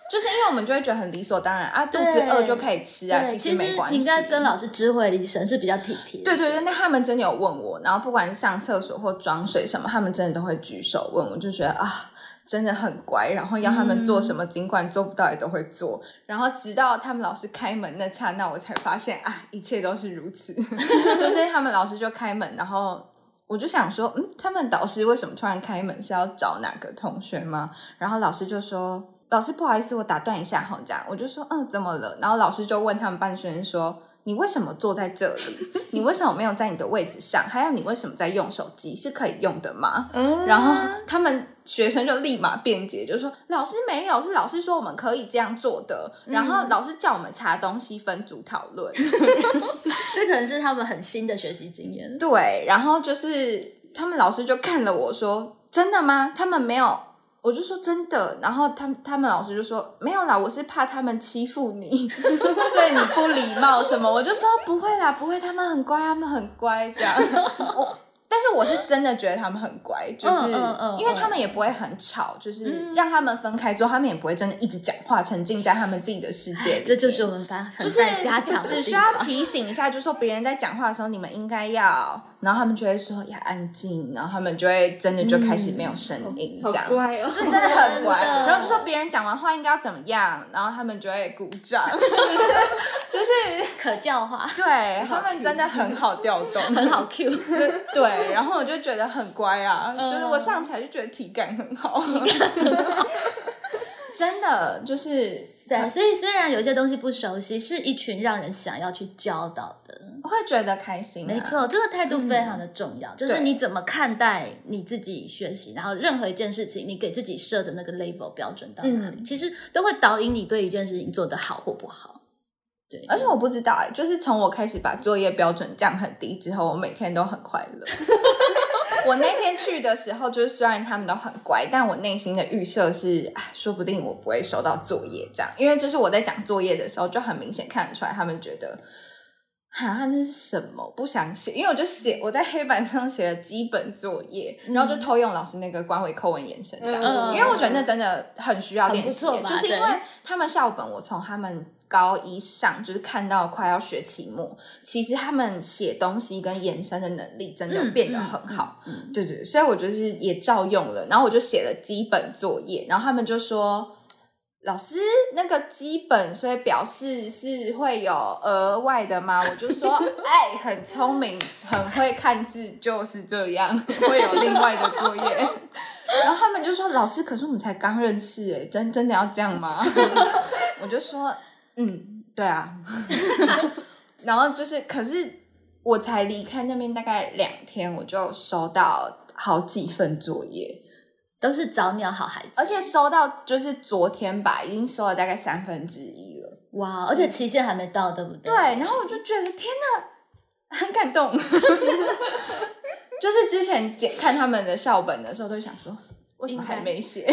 Speaker 3: 就是因为我们就会觉得很理所当然啊，肚子
Speaker 2: 对
Speaker 3: 饿就可以吃啊，
Speaker 2: 对，
Speaker 3: 其
Speaker 2: 其
Speaker 3: 没关
Speaker 2: 你
Speaker 3: 系。
Speaker 2: 应该跟老师知会一声是比较体贴。
Speaker 3: 对对对，那他们真的有问我，然后不管是上厕所或装水什么，他们真的都会举手问我，就觉得啊。真的很乖，然后要他们做什么，尽管做不到也都会做。然后直到他们老师开门那刹那，我才发现啊，一切都是如此。 就是他们老师就开门，然后我就想说，嗯，他们导师为什么突然开门？是要找哪个同学吗？然后老师就说：“老师，不好意思，我打断一下哈。”这样我就说：“嗯，怎么了？”然后老师就问他们班的学生说：“你为什么坐在这里？你为什么没有在你的位置上？还有你为什么在用手机？是可以用的吗？”然后他们学生就立马辩解，就说：“老师没有，是老师说我们可以这样做的。然后老师叫我们查东西，分组讨论。
Speaker 2: 这可能是他们很新的学习经验。
Speaker 3: 对，然后就是他们老师就看了我说：“真的吗？他们没有。”我就说真的，然后他们他们老师就说没有啦，我是怕他们欺负你， 对你不礼貌什么，我就说不会啦，不会，他们很乖，他们很乖这样。我但是我是真的觉得他们很乖，就是
Speaker 2: 嗯嗯
Speaker 3: 因为他们也不会很吵，就是让他们分开之后，他们也不会真的一直讲话，沉浸在他们自己的世界里。
Speaker 2: 这就是我们班
Speaker 3: 就
Speaker 2: 很
Speaker 3: 是
Speaker 2: 在加强的
Speaker 3: 只需
Speaker 2: 地
Speaker 3: 要
Speaker 2: 方。
Speaker 3: 提醒一下，就说别人在讲话的时候，你们应该要，然后他们就会说要安静，然后他们就会真的就开始没有声音这样。
Speaker 4: 好乖哦，
Speaker 3: 就真的很乖，
Speaker 2: 嗯真的
Speaker 3: 然后就说别人讲完话应该要怎么样，然后他们就会鼓掌， 就是
Speaker 2: 可教化，
Speaker 3: 对他们真的很好调动，
Speaker 2: 很好 Q，
Speaker 3: 对，然后我就觉得很乖啊，
Speaker 2: 嗯
Speaker 3: 就是我上起来就觉得体感很好， 真的就是
Speaker 2: 对，所以虽然有些东西不熟悉，是一群让人想要去教导的。
Speaker 3: 会觉得开心、啊
Speaker 2: 没，错，这个态度非常的重要，就是
Speaker 3: 嗯对
Speaker 2: 你怎么看待你自己学习，然后任何一件事情，你给自己设的那个 level 标准到哪里，
Speaker 3: 嗯
Speaker 2: 其实都会导引你对一件事情做得好或不好。对，
Speaker 3: 而且我不知道哎、就是从我开始把作业标准降很低之后，我每天都很快乐。 我那天去的时候，就是虽然他们都很乖，但我内心的预设是，哎，说不定我不会收到作业这样，因为就是我在讲作业的时候，就很明显看得出来，他们觉得。啊，那是什么？不想写，因为我就写我在黑板上写了基本作业，然后就偷用老师那个官微扣文延伸这样子，
Speaker 2: 嗯
Speaker 3: 因为我觉得那真的很需要练习
Speaker 2: 很不错，吧
Speaker 3: 就是因
Speaker 2: 对
Speaker 3: 为他们校本，我从他们高一上就是看到快要学期末，其实他们写东西跟延伸的能力真的
Speaker 2: 嗯
Speaker 3: 有变得很好。对对，对所以我就是也照用了，然后我就写了基本作业，然后他们就说。老师，那个基本，所以表示是会有额外的吗？我 就说，哎，很聪明，很会看字，就是这 样，会有另外的作业。然后他们就说，老师，可是我们才刚认识，哎，真真的要这样吗？ 我就说，嗯，对啊。 然后就是，可是我才离开那边大概两天，我就收到好几份作业，
Speaker 2: 都是早鸟好孩子，
Speaker 3: 而且收到就是昨天吧，已经收了大概三分之一了。
Speaker 2: 哇，而且期限还没到，对不对？
Speaker 3: 对，然后我就觉得天哪，很感动。 就是之前检看他们的校本的时候，都会想说，为什么还没写？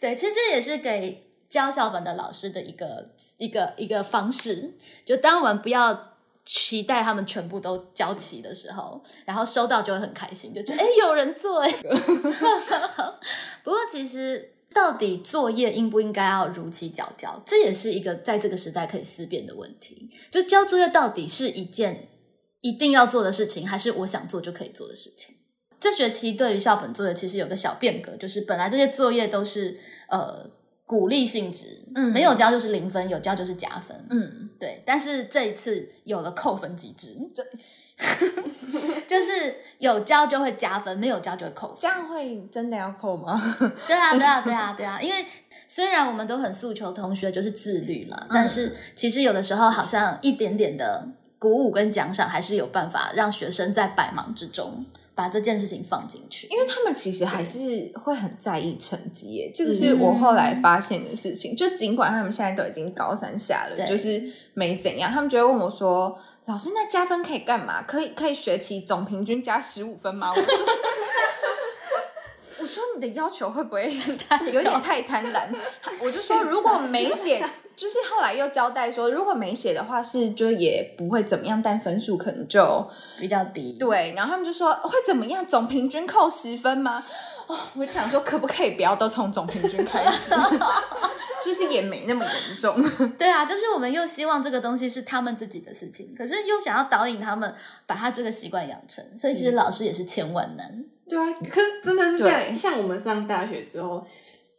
Speaker 2: 对，其实这也是给教小本的老师的一个一个一个方式，就当我们不要。期待他们全部都交齐的时候，然后收到就会很开心，就觉得哎、诶有人做哎、 不过其实到底作业应不应该要如期缴交，这也是一个在这个时代可以思辨的问题。就交作业到底是一件一定要做的事情，还是我想做就可以做的事情？这学期对于校本作业其实有个小变革，就是本来这些作业都是呃鼓励性质，
Speaker 3: 嗯
Speaker 2: 没有交就是零分，有交就是加分，
Speaker 3: 嗯，
Speaker 2: 对，但是这一次有了扣分机制， 就是有交就会加分，没有交就会扣分。
Speaker 3: 这样会真的要扣吗？
Speaker 2: 对啊，对啊，对啊，对啊，因为虽然我们都很诉求同学就是自律
Speaker 3: 嗯
Speaker 2: 了，但是其实有的时候好像一点点的鼓舞跟奖赏，还是有办法让学生在百忙之中把这件事情放进去。
Speaker 3: 因为他们其实还是会很在意成绩耶，这个是我后来发现的事情。就尽管他们现在都已经高三下了，
Speaker 2: 对
Speaker 3: 就是没怎样，他们就会问我说：“老师，那加分可以干嘛？可以可以学期总平均加十五分吗？”我说：“ 我说你的要求会不会有点太贪婪？”我就说如果没写。就是后来又交代说，如果没写的话是就也不会怎么样，但分数可能就
Speaker 2: 比较低，
Speaker 3: 对，然后他们就说哦会怎么样？总平均扣十分吗？哦，我就想说可不可以不要都从总平均开始， 就是也没那么严重。
Speaker 2: 对啊，就是我们又希望这个东西是他们自己的事情，可是又想要导引他们把他这个习惯养成，所以
Speaker 3: 嗯
Speaker 2: 其实老师也是千万难。
Speaker 4: 对啊，可是真的是这
Speaker 3: 对
Speaker 4: 样。像我们上大学之后，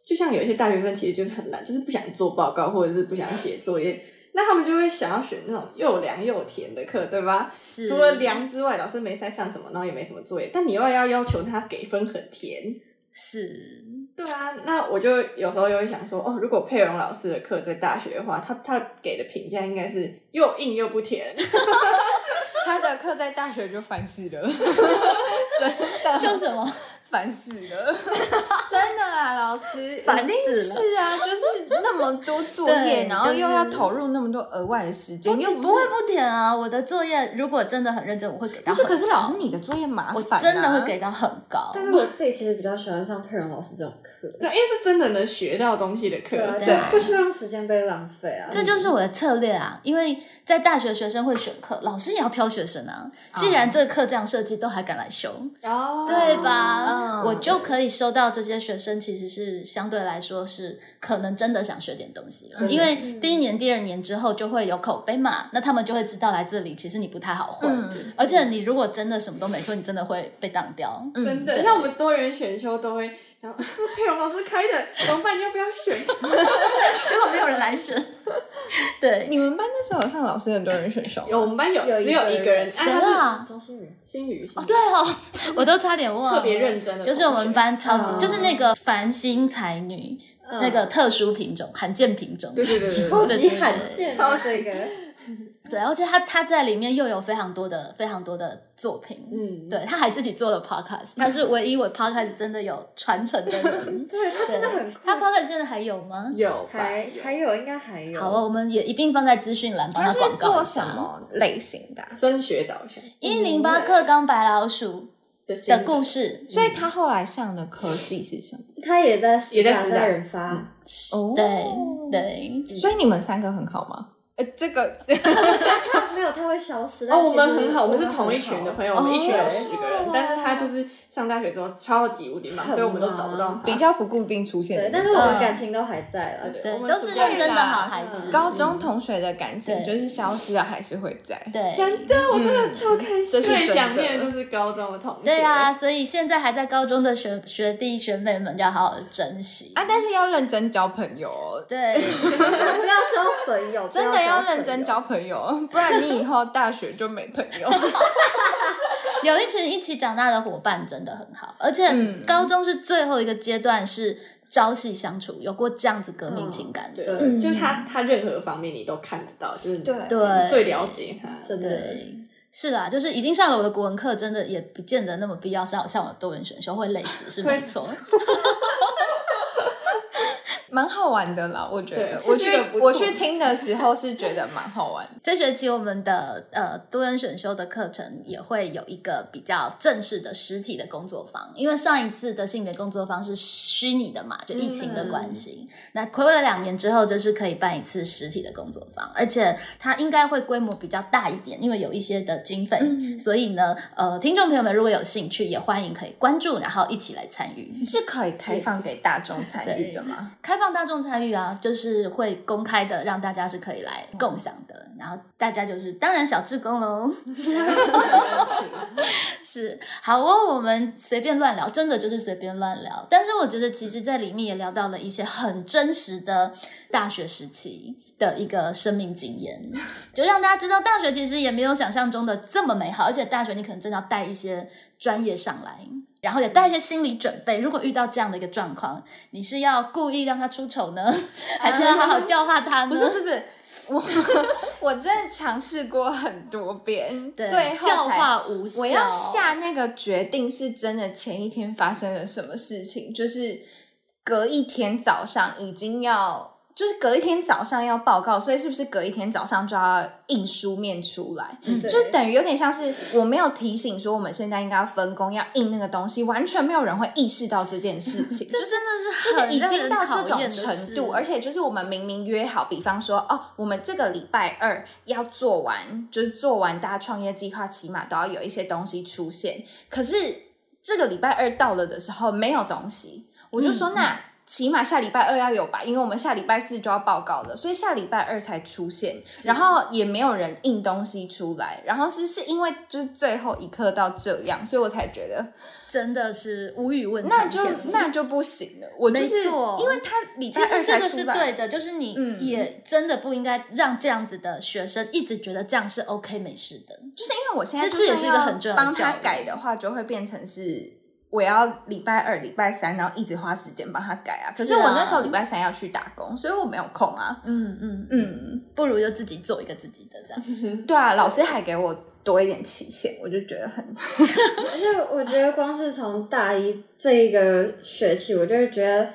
Speaker 4: 就像有一些大学生其实就是很懒，就是不想做报告或者是不想写作业，那他们就会想要选那种又凉又甜的课，对吧？
Speaker 2: 是
Speaker 4: 除了凉之外，老师没在上什么，然后也没什么作业，但你又要要求他给分很甜。
Speaker 2: 是，
Speaker 4: 对啊，那我就有时候又会想说，哦，如果佩蓉老师的课在大学的话，他他给的评价应该是又硬又不甜。
Speaker 3: 他的课在大学就烦死了， 真的
Speaker 2: 就什 么？
Speaker 3: 烦死了，真的啊，老师
Speaker 2: 烦死了
Speaker 3: 一定是啊，就是那么多作业，
Speaker 2: 对
Speaker 3: 然后
Speaker 2: 就是
Speaker 3: 又要投入那么多额外的时间，
Speaker 2: 不
Speaker 3: 又
Speaker 2: 不会不甜啊！我的作业如果真的很认真，我会给到
Speaker 3: 不是，
Speaker 2: 很高。
Speaker 3: 可是老师你的作业麻
Speaker 2: 哦我
Speaker 3: 烦、啊，啊
Speaker 2: 真的会给到很高。
Speaker 1: 但是我自己其实比较喜欢上佩蓉老师这种课，课。
Speaker 4: 对，因为是真的能学到东西的课
Speaker 1: 对。啊，
Speaker 2: 对
Speaker 1: 就不希望时间被浪费啊。
Speaker 2: 这就是我的策略啊，因为在大学学生会选课，老师也要挑学生啊。既然这个课这样设计，都还敢来修，
Speaker 4: 哦，
Speaker 2: 对吧？
Speaker 3: 嗯
Speaker 2: 我就可以收到这些学生，其实是相对来说是可能真的想学点东西了，
Speaker 4: 嗯
Speaker 2: 因为第一年、第二年之后就会有口碑嘛，那他们就会知道来这里其实你不太好混，
Speaker 3: 嗯
Speaker 2: 而且你如果真的什么都没做，你真的会被当掉。
Speaker 3: 嗯
Speaker 4: 真的，像我们多元选修都会，然后佩蓉老师开的，怎么办？要不要选？
Speaker 2: 结果没有人来 选，对，
Speaker 4: 哎
Speaker 3: 你们班那时候有上老师很多人选手吗，
Speaker 4: 有我们班有
Speaker 1: 有
Speaker 4: 只有一个人，
Speaker 2: 谁
Speaker 4: 啊他是
Speaker 2: 啊？
Speaker 1: 中心人
Speaker 4: 心宇，
Speaker 2: 哦，对哦，我都差点忘了，
Speaker 4: 特别认真的同学，
Speaker 2: 就是我们班超级，
Speaker 3: 嗯
Speaker 2: 就是那个繁星才女，
Speaker 1: 嗯
Speaker 2: 那个特殊品种、罕见品种。
Speaker 4: 对，对对对
Speaker 1: 超
Speaker 4: 对，
Speaker 1: 级罕见
Speaker 4: 超
Speaker 1: 啊，
Speaker 4: 级
Speaker 1: 这个。
Speaker 2: 对，而且她她在里面又有非常多的非常多的作品。
Speaker 4: 嗯，
Speaker 2: 对，她还自己做了 podcast，她是唯一我 podcast 真的有传承的人
Speaker 1: 对他真的很酷。
Speaker 2: 她 podcast 现在还有吗？
Speaker 4: 有吧
Speaker 1: 还还有应该还有。
Speaker 2: 好啊，我们也一并放在资讯栏帮
Speaker 3: 他是
Speaker 2: 广告
Speaker 3: 做
Speaker 2: 一
Speaker 3: 什
Speaker 2: 下。哦
Speaker 3: 么类型的啊？
Speaker 4: 升学导向
Speaker 2: 一零八课纲白老鼠的
Speaker 4: 的心
Speaker 2: 故事，
Speaker 3: 所以他后来上的科系是什么？
Speaker 1: 他也在
Speaker 4: 也在
Speaker 1: 师
Speaker 4: 师
Speaker 1: 大
Speaker 4: 大
Speaker 1: 人
Speaker 2: 嗯
Speaker 1: 发，
Speaker 3: 哦
Speaker 2: 对对，
Speaker 3: 所以你们三个很好吗？呃，这个
Speaker 1: 他没有他会消失。但
Speaker 4: 哦，我们
Speaker 1: 其实
Speaker 4: 很好，我们
Speaker 1: 们
Speaker 4: 是同一群的朋
Speaker 1: 友。
Speaker 4: 友，我们一群有
Speaker 3: 哦
Speaker 4: 十个人，但是他就是上大学之后超级无敌忙，
Speaker 1: 很
Speaker 4: 所以我们都找不 到
Speaker 3: 比
Speaker 4: 他。
Speaker 3: 较不固定出现
Speaker 1: 对
Speaker 3: 的，
Speaker 1: 但
Speaker 3: 那种，
Speaker 1: 是我们感情都还在了。
Speaker 4: 对
Speaker 2: 对
Speaker 4: 我，们
Speaker 2: 都是
Speaker 4: 暑假
Speaker 2: 认真的
Speaker 3: 啦嗯
Speaker 2: 好孩子。
Speaker 3: 高中同学的感情
Speaker 2: 对
Speaker 3: 就是消失了还是会在。
Speaker 2: 对，
Speaker 4: 真的，我真的
Speaker 1: 超开心。
Speaker 3: 这是
Speaker 4: 最
Speaker 3: 真
Speaker 4: 想念的
Speaker 3: 的
Speaker 4: 就。是高中的同学。
Speaker 2: 对啊，，所以现在还在高中的学学弟学妹们要好好珍惜。
Speaker 3: 啊，但是要认真交朋友哦，
Speaker 2: 对，
Speaker 1: 不要交损 友，
Speaker 3: 真的要认真
Speaker 1: 交
Speaker 3: 交朋友哦，不然你以后大学就没朋 友。
Speaker 2: 有一群一起长大的伙伴真的很好，而且
Speaker 3: 嗯
Speaker 2: 高中是最后一个阶段是朝夕相处，有过这样子革命情感的。
Speaker 1: 对
Speaker 4: 对，就是他，他任何方面你都看得到，就是你
Speaker 3: 对
Speaker 2: 对
Speaker 4: 嗯最了解他。
Speaker 1: 真的。
Speaker 2: 对，是啦，就是已经上了我的国文课，真的也不见得那么必要上上我的多元选修会累死，是没错。
Speaker 3: 蛮好玩的啦，我觉得
Speaker 4: 对。
Speaker 3: 我
Speaker 4: 是
Speaker 3: 去
Speaker 4: 一个不错
Speaker 3: 我去听的时候是觉得蛮好玩的。
Speaker 2: 这学期我们的呃多人选修的课程也会有一个比较正式的实体的工作坊，因为上一次的性别工作坊是虚拟的嘛，就疫情的关系。那回味了两年之后，这是可以办一次实体的工作坊，而且它应该会规模比较大一点，因为有一些的经费，所以呢，呃，听众朋友们如果有兴趣，也欢迎可以关注，然后一起来参与。
Speaker 3: 是可以开放给大众参与的吗？
Speaker 2: 开放大众参与啊，就是会公开的，让大家是可以来共享的。然后大家就是当然小志工喽，是好哦。我们随便乱聊，真的就是随便乱聊。但是我觉得，其实在里面也聊到了一些很真实的大学时期的一个生命经 验，就让大家知道大学其实也没有想象中的这么美好，而且大学你可能真的要带一些专业上来。然后也带一些心理准备，如果遇到这样的一个状况，你是要故意让他出丑呢， 还是要好好教化他呢？
Speaker 3: 啊不是不是不是，我 我真的尝试过很多遍，
Speaker 2: 对，
Speaker 3: 最后
Speaker 2: 教
Speaker 3: 才
Speaker 2: 化无效。
Speaker 3: 我要下那个决定是真的，前一天发生了什么事情，就是隔一天早上已经要，就是隔一天早上要报告，所以是不是隔一天早上就要印书面出来？
Speaker 2: 嗯
Speaker 1: 对
Speaker 3: 就是等于有点像是我没有提醒说我们现在应该要分工要印那个东西，完全没有人会意识到这件事 情，
Speaker 2: 这
Speaker 3: 就是
Speaker 2: 真的是
Speaker 3: 就是
Speaker 2: 很
Speaker 3: 已
Speaker 2: 让
Speaker 3: 经
Speaker 2: 人
Speaker 3: 到这
Speaker 2: 讨厌的
Speaker 3: 种程
Speaker 2: 事
Speaker 3: 度，而且就是我们明明约好，比方说哦，我们这个礼拜二要做完，就是做完大家创业计划，起码都要有一些东西出现。可是这个礼拜二到了的时候没有东西，我就
Speaker 2: 嗯
Speaker 3: 说、那。起码下礼拜二要有吧，因为我们下礼拜四就要报告了，所以下礼拜二才出现，然后也没有人印东西出来，然后是是因为就是最后一刻到这样，所以我才觉得
Speaker 2: 真的是无语问
Speaker 3: 那
Speaker 2: 苍
Speaker 3: 就
Speaker 2: 天
Speaker 3: 那就不行了。我就是
Speaker 2: 没错
Speaker 3: 因为他礼
Speaker 2: 其
Speaker 3: 拜二
Speaker 2: 实这
Speaker 3: 才
Speaker 2: 个
Speaker 3: 出
Speaker 2: 是
Speaker 3: 来
Speaker 2: 对，的，就是你
Speaker 3: 嗯
Speaker 2: 也真的不应该让这样子的学生一直觉得这样是 OK 没事的。
Speaker 3: 就是因为我现在
Speaker 2: 这
Speaker 3: 就
Speaker 2: 这也
Speaker 3: 算
Speaker 2: 是一个很重要的
Speaker 3: 帮他
Speaker 2: 教育
Speaker 3: 改的话，就会变成是。我要礼拜二、礼拜三，然后一直花时间帮他改啊。可
Speaker 2: 是
Speaker 3: 是
Speaker 2: 啊
Speaker 3: 我那时候礼拜三要去打工，所以我没有空啊。
Speaker 2: 嗯嗯，
Speaker 3: 嗯，
Speaker 2: 不如就自己做一个自己的这样。
Speaker 3: 对啊，老师还给我多一点期限，我就觉得很
Speaker 1: 而且我觉得光是从大一这一个学期，我就会觉得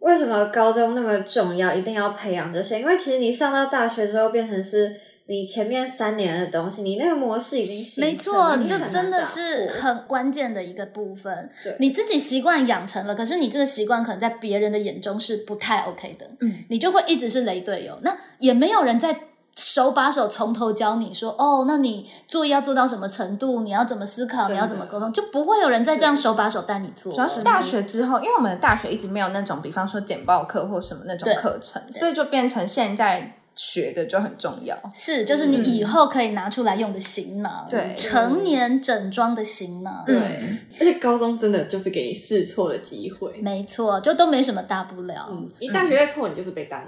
Speaker 1: 为什么高中那么重要，一定要培养这些？因为其实你上到大学之后，变成是你前面三年的东西，你那个模式已经形成
Speaker 2: 没错，
Speaker 1: 你很
Speaker 2: 这
Speaker 1: 难
Speaker 2: 真的是
Speaker 1: 打破
Speaker 2: 很关键的一个部分
Speaker 1: 对。
Speaker 2: 你自己习惯养成了，可是你这个习惯可能在别人的眼中是不太 OK 的，
Speaker 3: 嗯，
Speaker 2: 你就会一直是雷队友。那也没有人在手把手从头教你说，哦，那你作业要做到什么程度，你要怎么思考，
Speaker 4: 真的
Speaker 2: 你要怎么沟通，就不会有人再这样手把手带你做。
Speaker 3: 主要是大学之后，因为我们的大学一直没有那种，比方说简报课或什么那种
Speaker 2: 对
Speaker 3: 课程，所以就变成现在学的就很重要。
Speaker 2: 是，就是你以后可以拿出来用的行囊，
Speaker 3: 嗯对
Speaker 2: 成年整装的行囊，
Speaker 3: 嗯
Speaker 4: 而且高中真的就是给你试错的机会。
Speaker 2: 没错，就都没什么大不了。
Speaker 4: 嗯，你大学在错，你就是被当。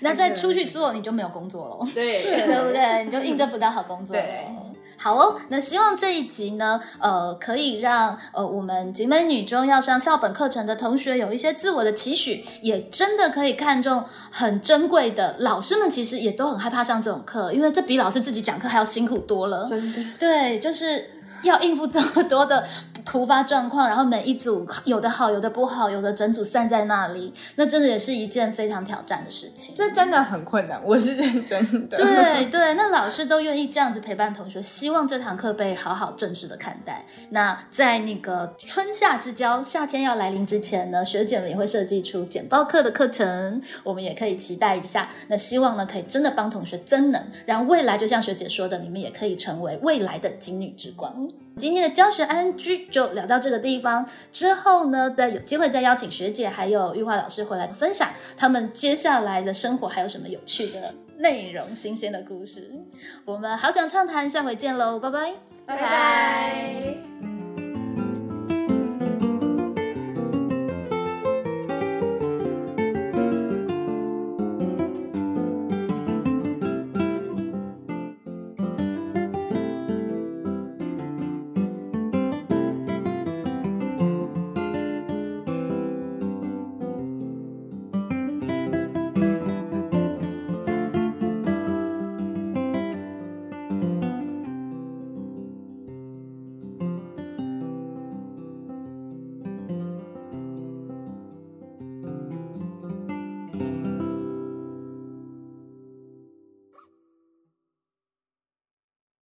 Speaker 2: 那再出去做，你就没有工作了。
Speaker 4: 对，
Speaker 2: 对不对？你就应征不到好工作。
Speaker 3: 对。
Speaker 2: 好哦，那希望这一集呢，呃，可以让呃我们景美女中要上校本课程的同学有一些自我的期许，也真的可以看重很珍贵的老师们，其实也都很害怕上这种课，因为这比老师自己讲课还要辛苦多了。
Speaker 4: 真的。
Speaker 2: 对，就是要应付这么多的突发状况，然后每一组有的好，有的不好，有的整组散在那里，那真的也是一件非常挑战的事情。
Speaker 3: 这真的很困难，我是认真的。
Speaker 2: 对对，那老师都愿意这样子陪伴同学，希望这堂课被好好正式的看待。那在那个春夏之交，夏天要来临之前呢，学姐们也会设计出简报课的课程，我们也可以期待一下。那希望呢，可以真的帮同学增能，让未来就像学姐说的，你们也可以成为未来的金女之光。今天的教学 ING 就聊到这个地方，之后呢的有机会再邀请学姐还有玉华老师回来分享他们接下来的生活还有什么有趣的内容、新鲜的故事。我们好想畅谈，下回见喽，拜拜。
Speaker 1: 拜拜。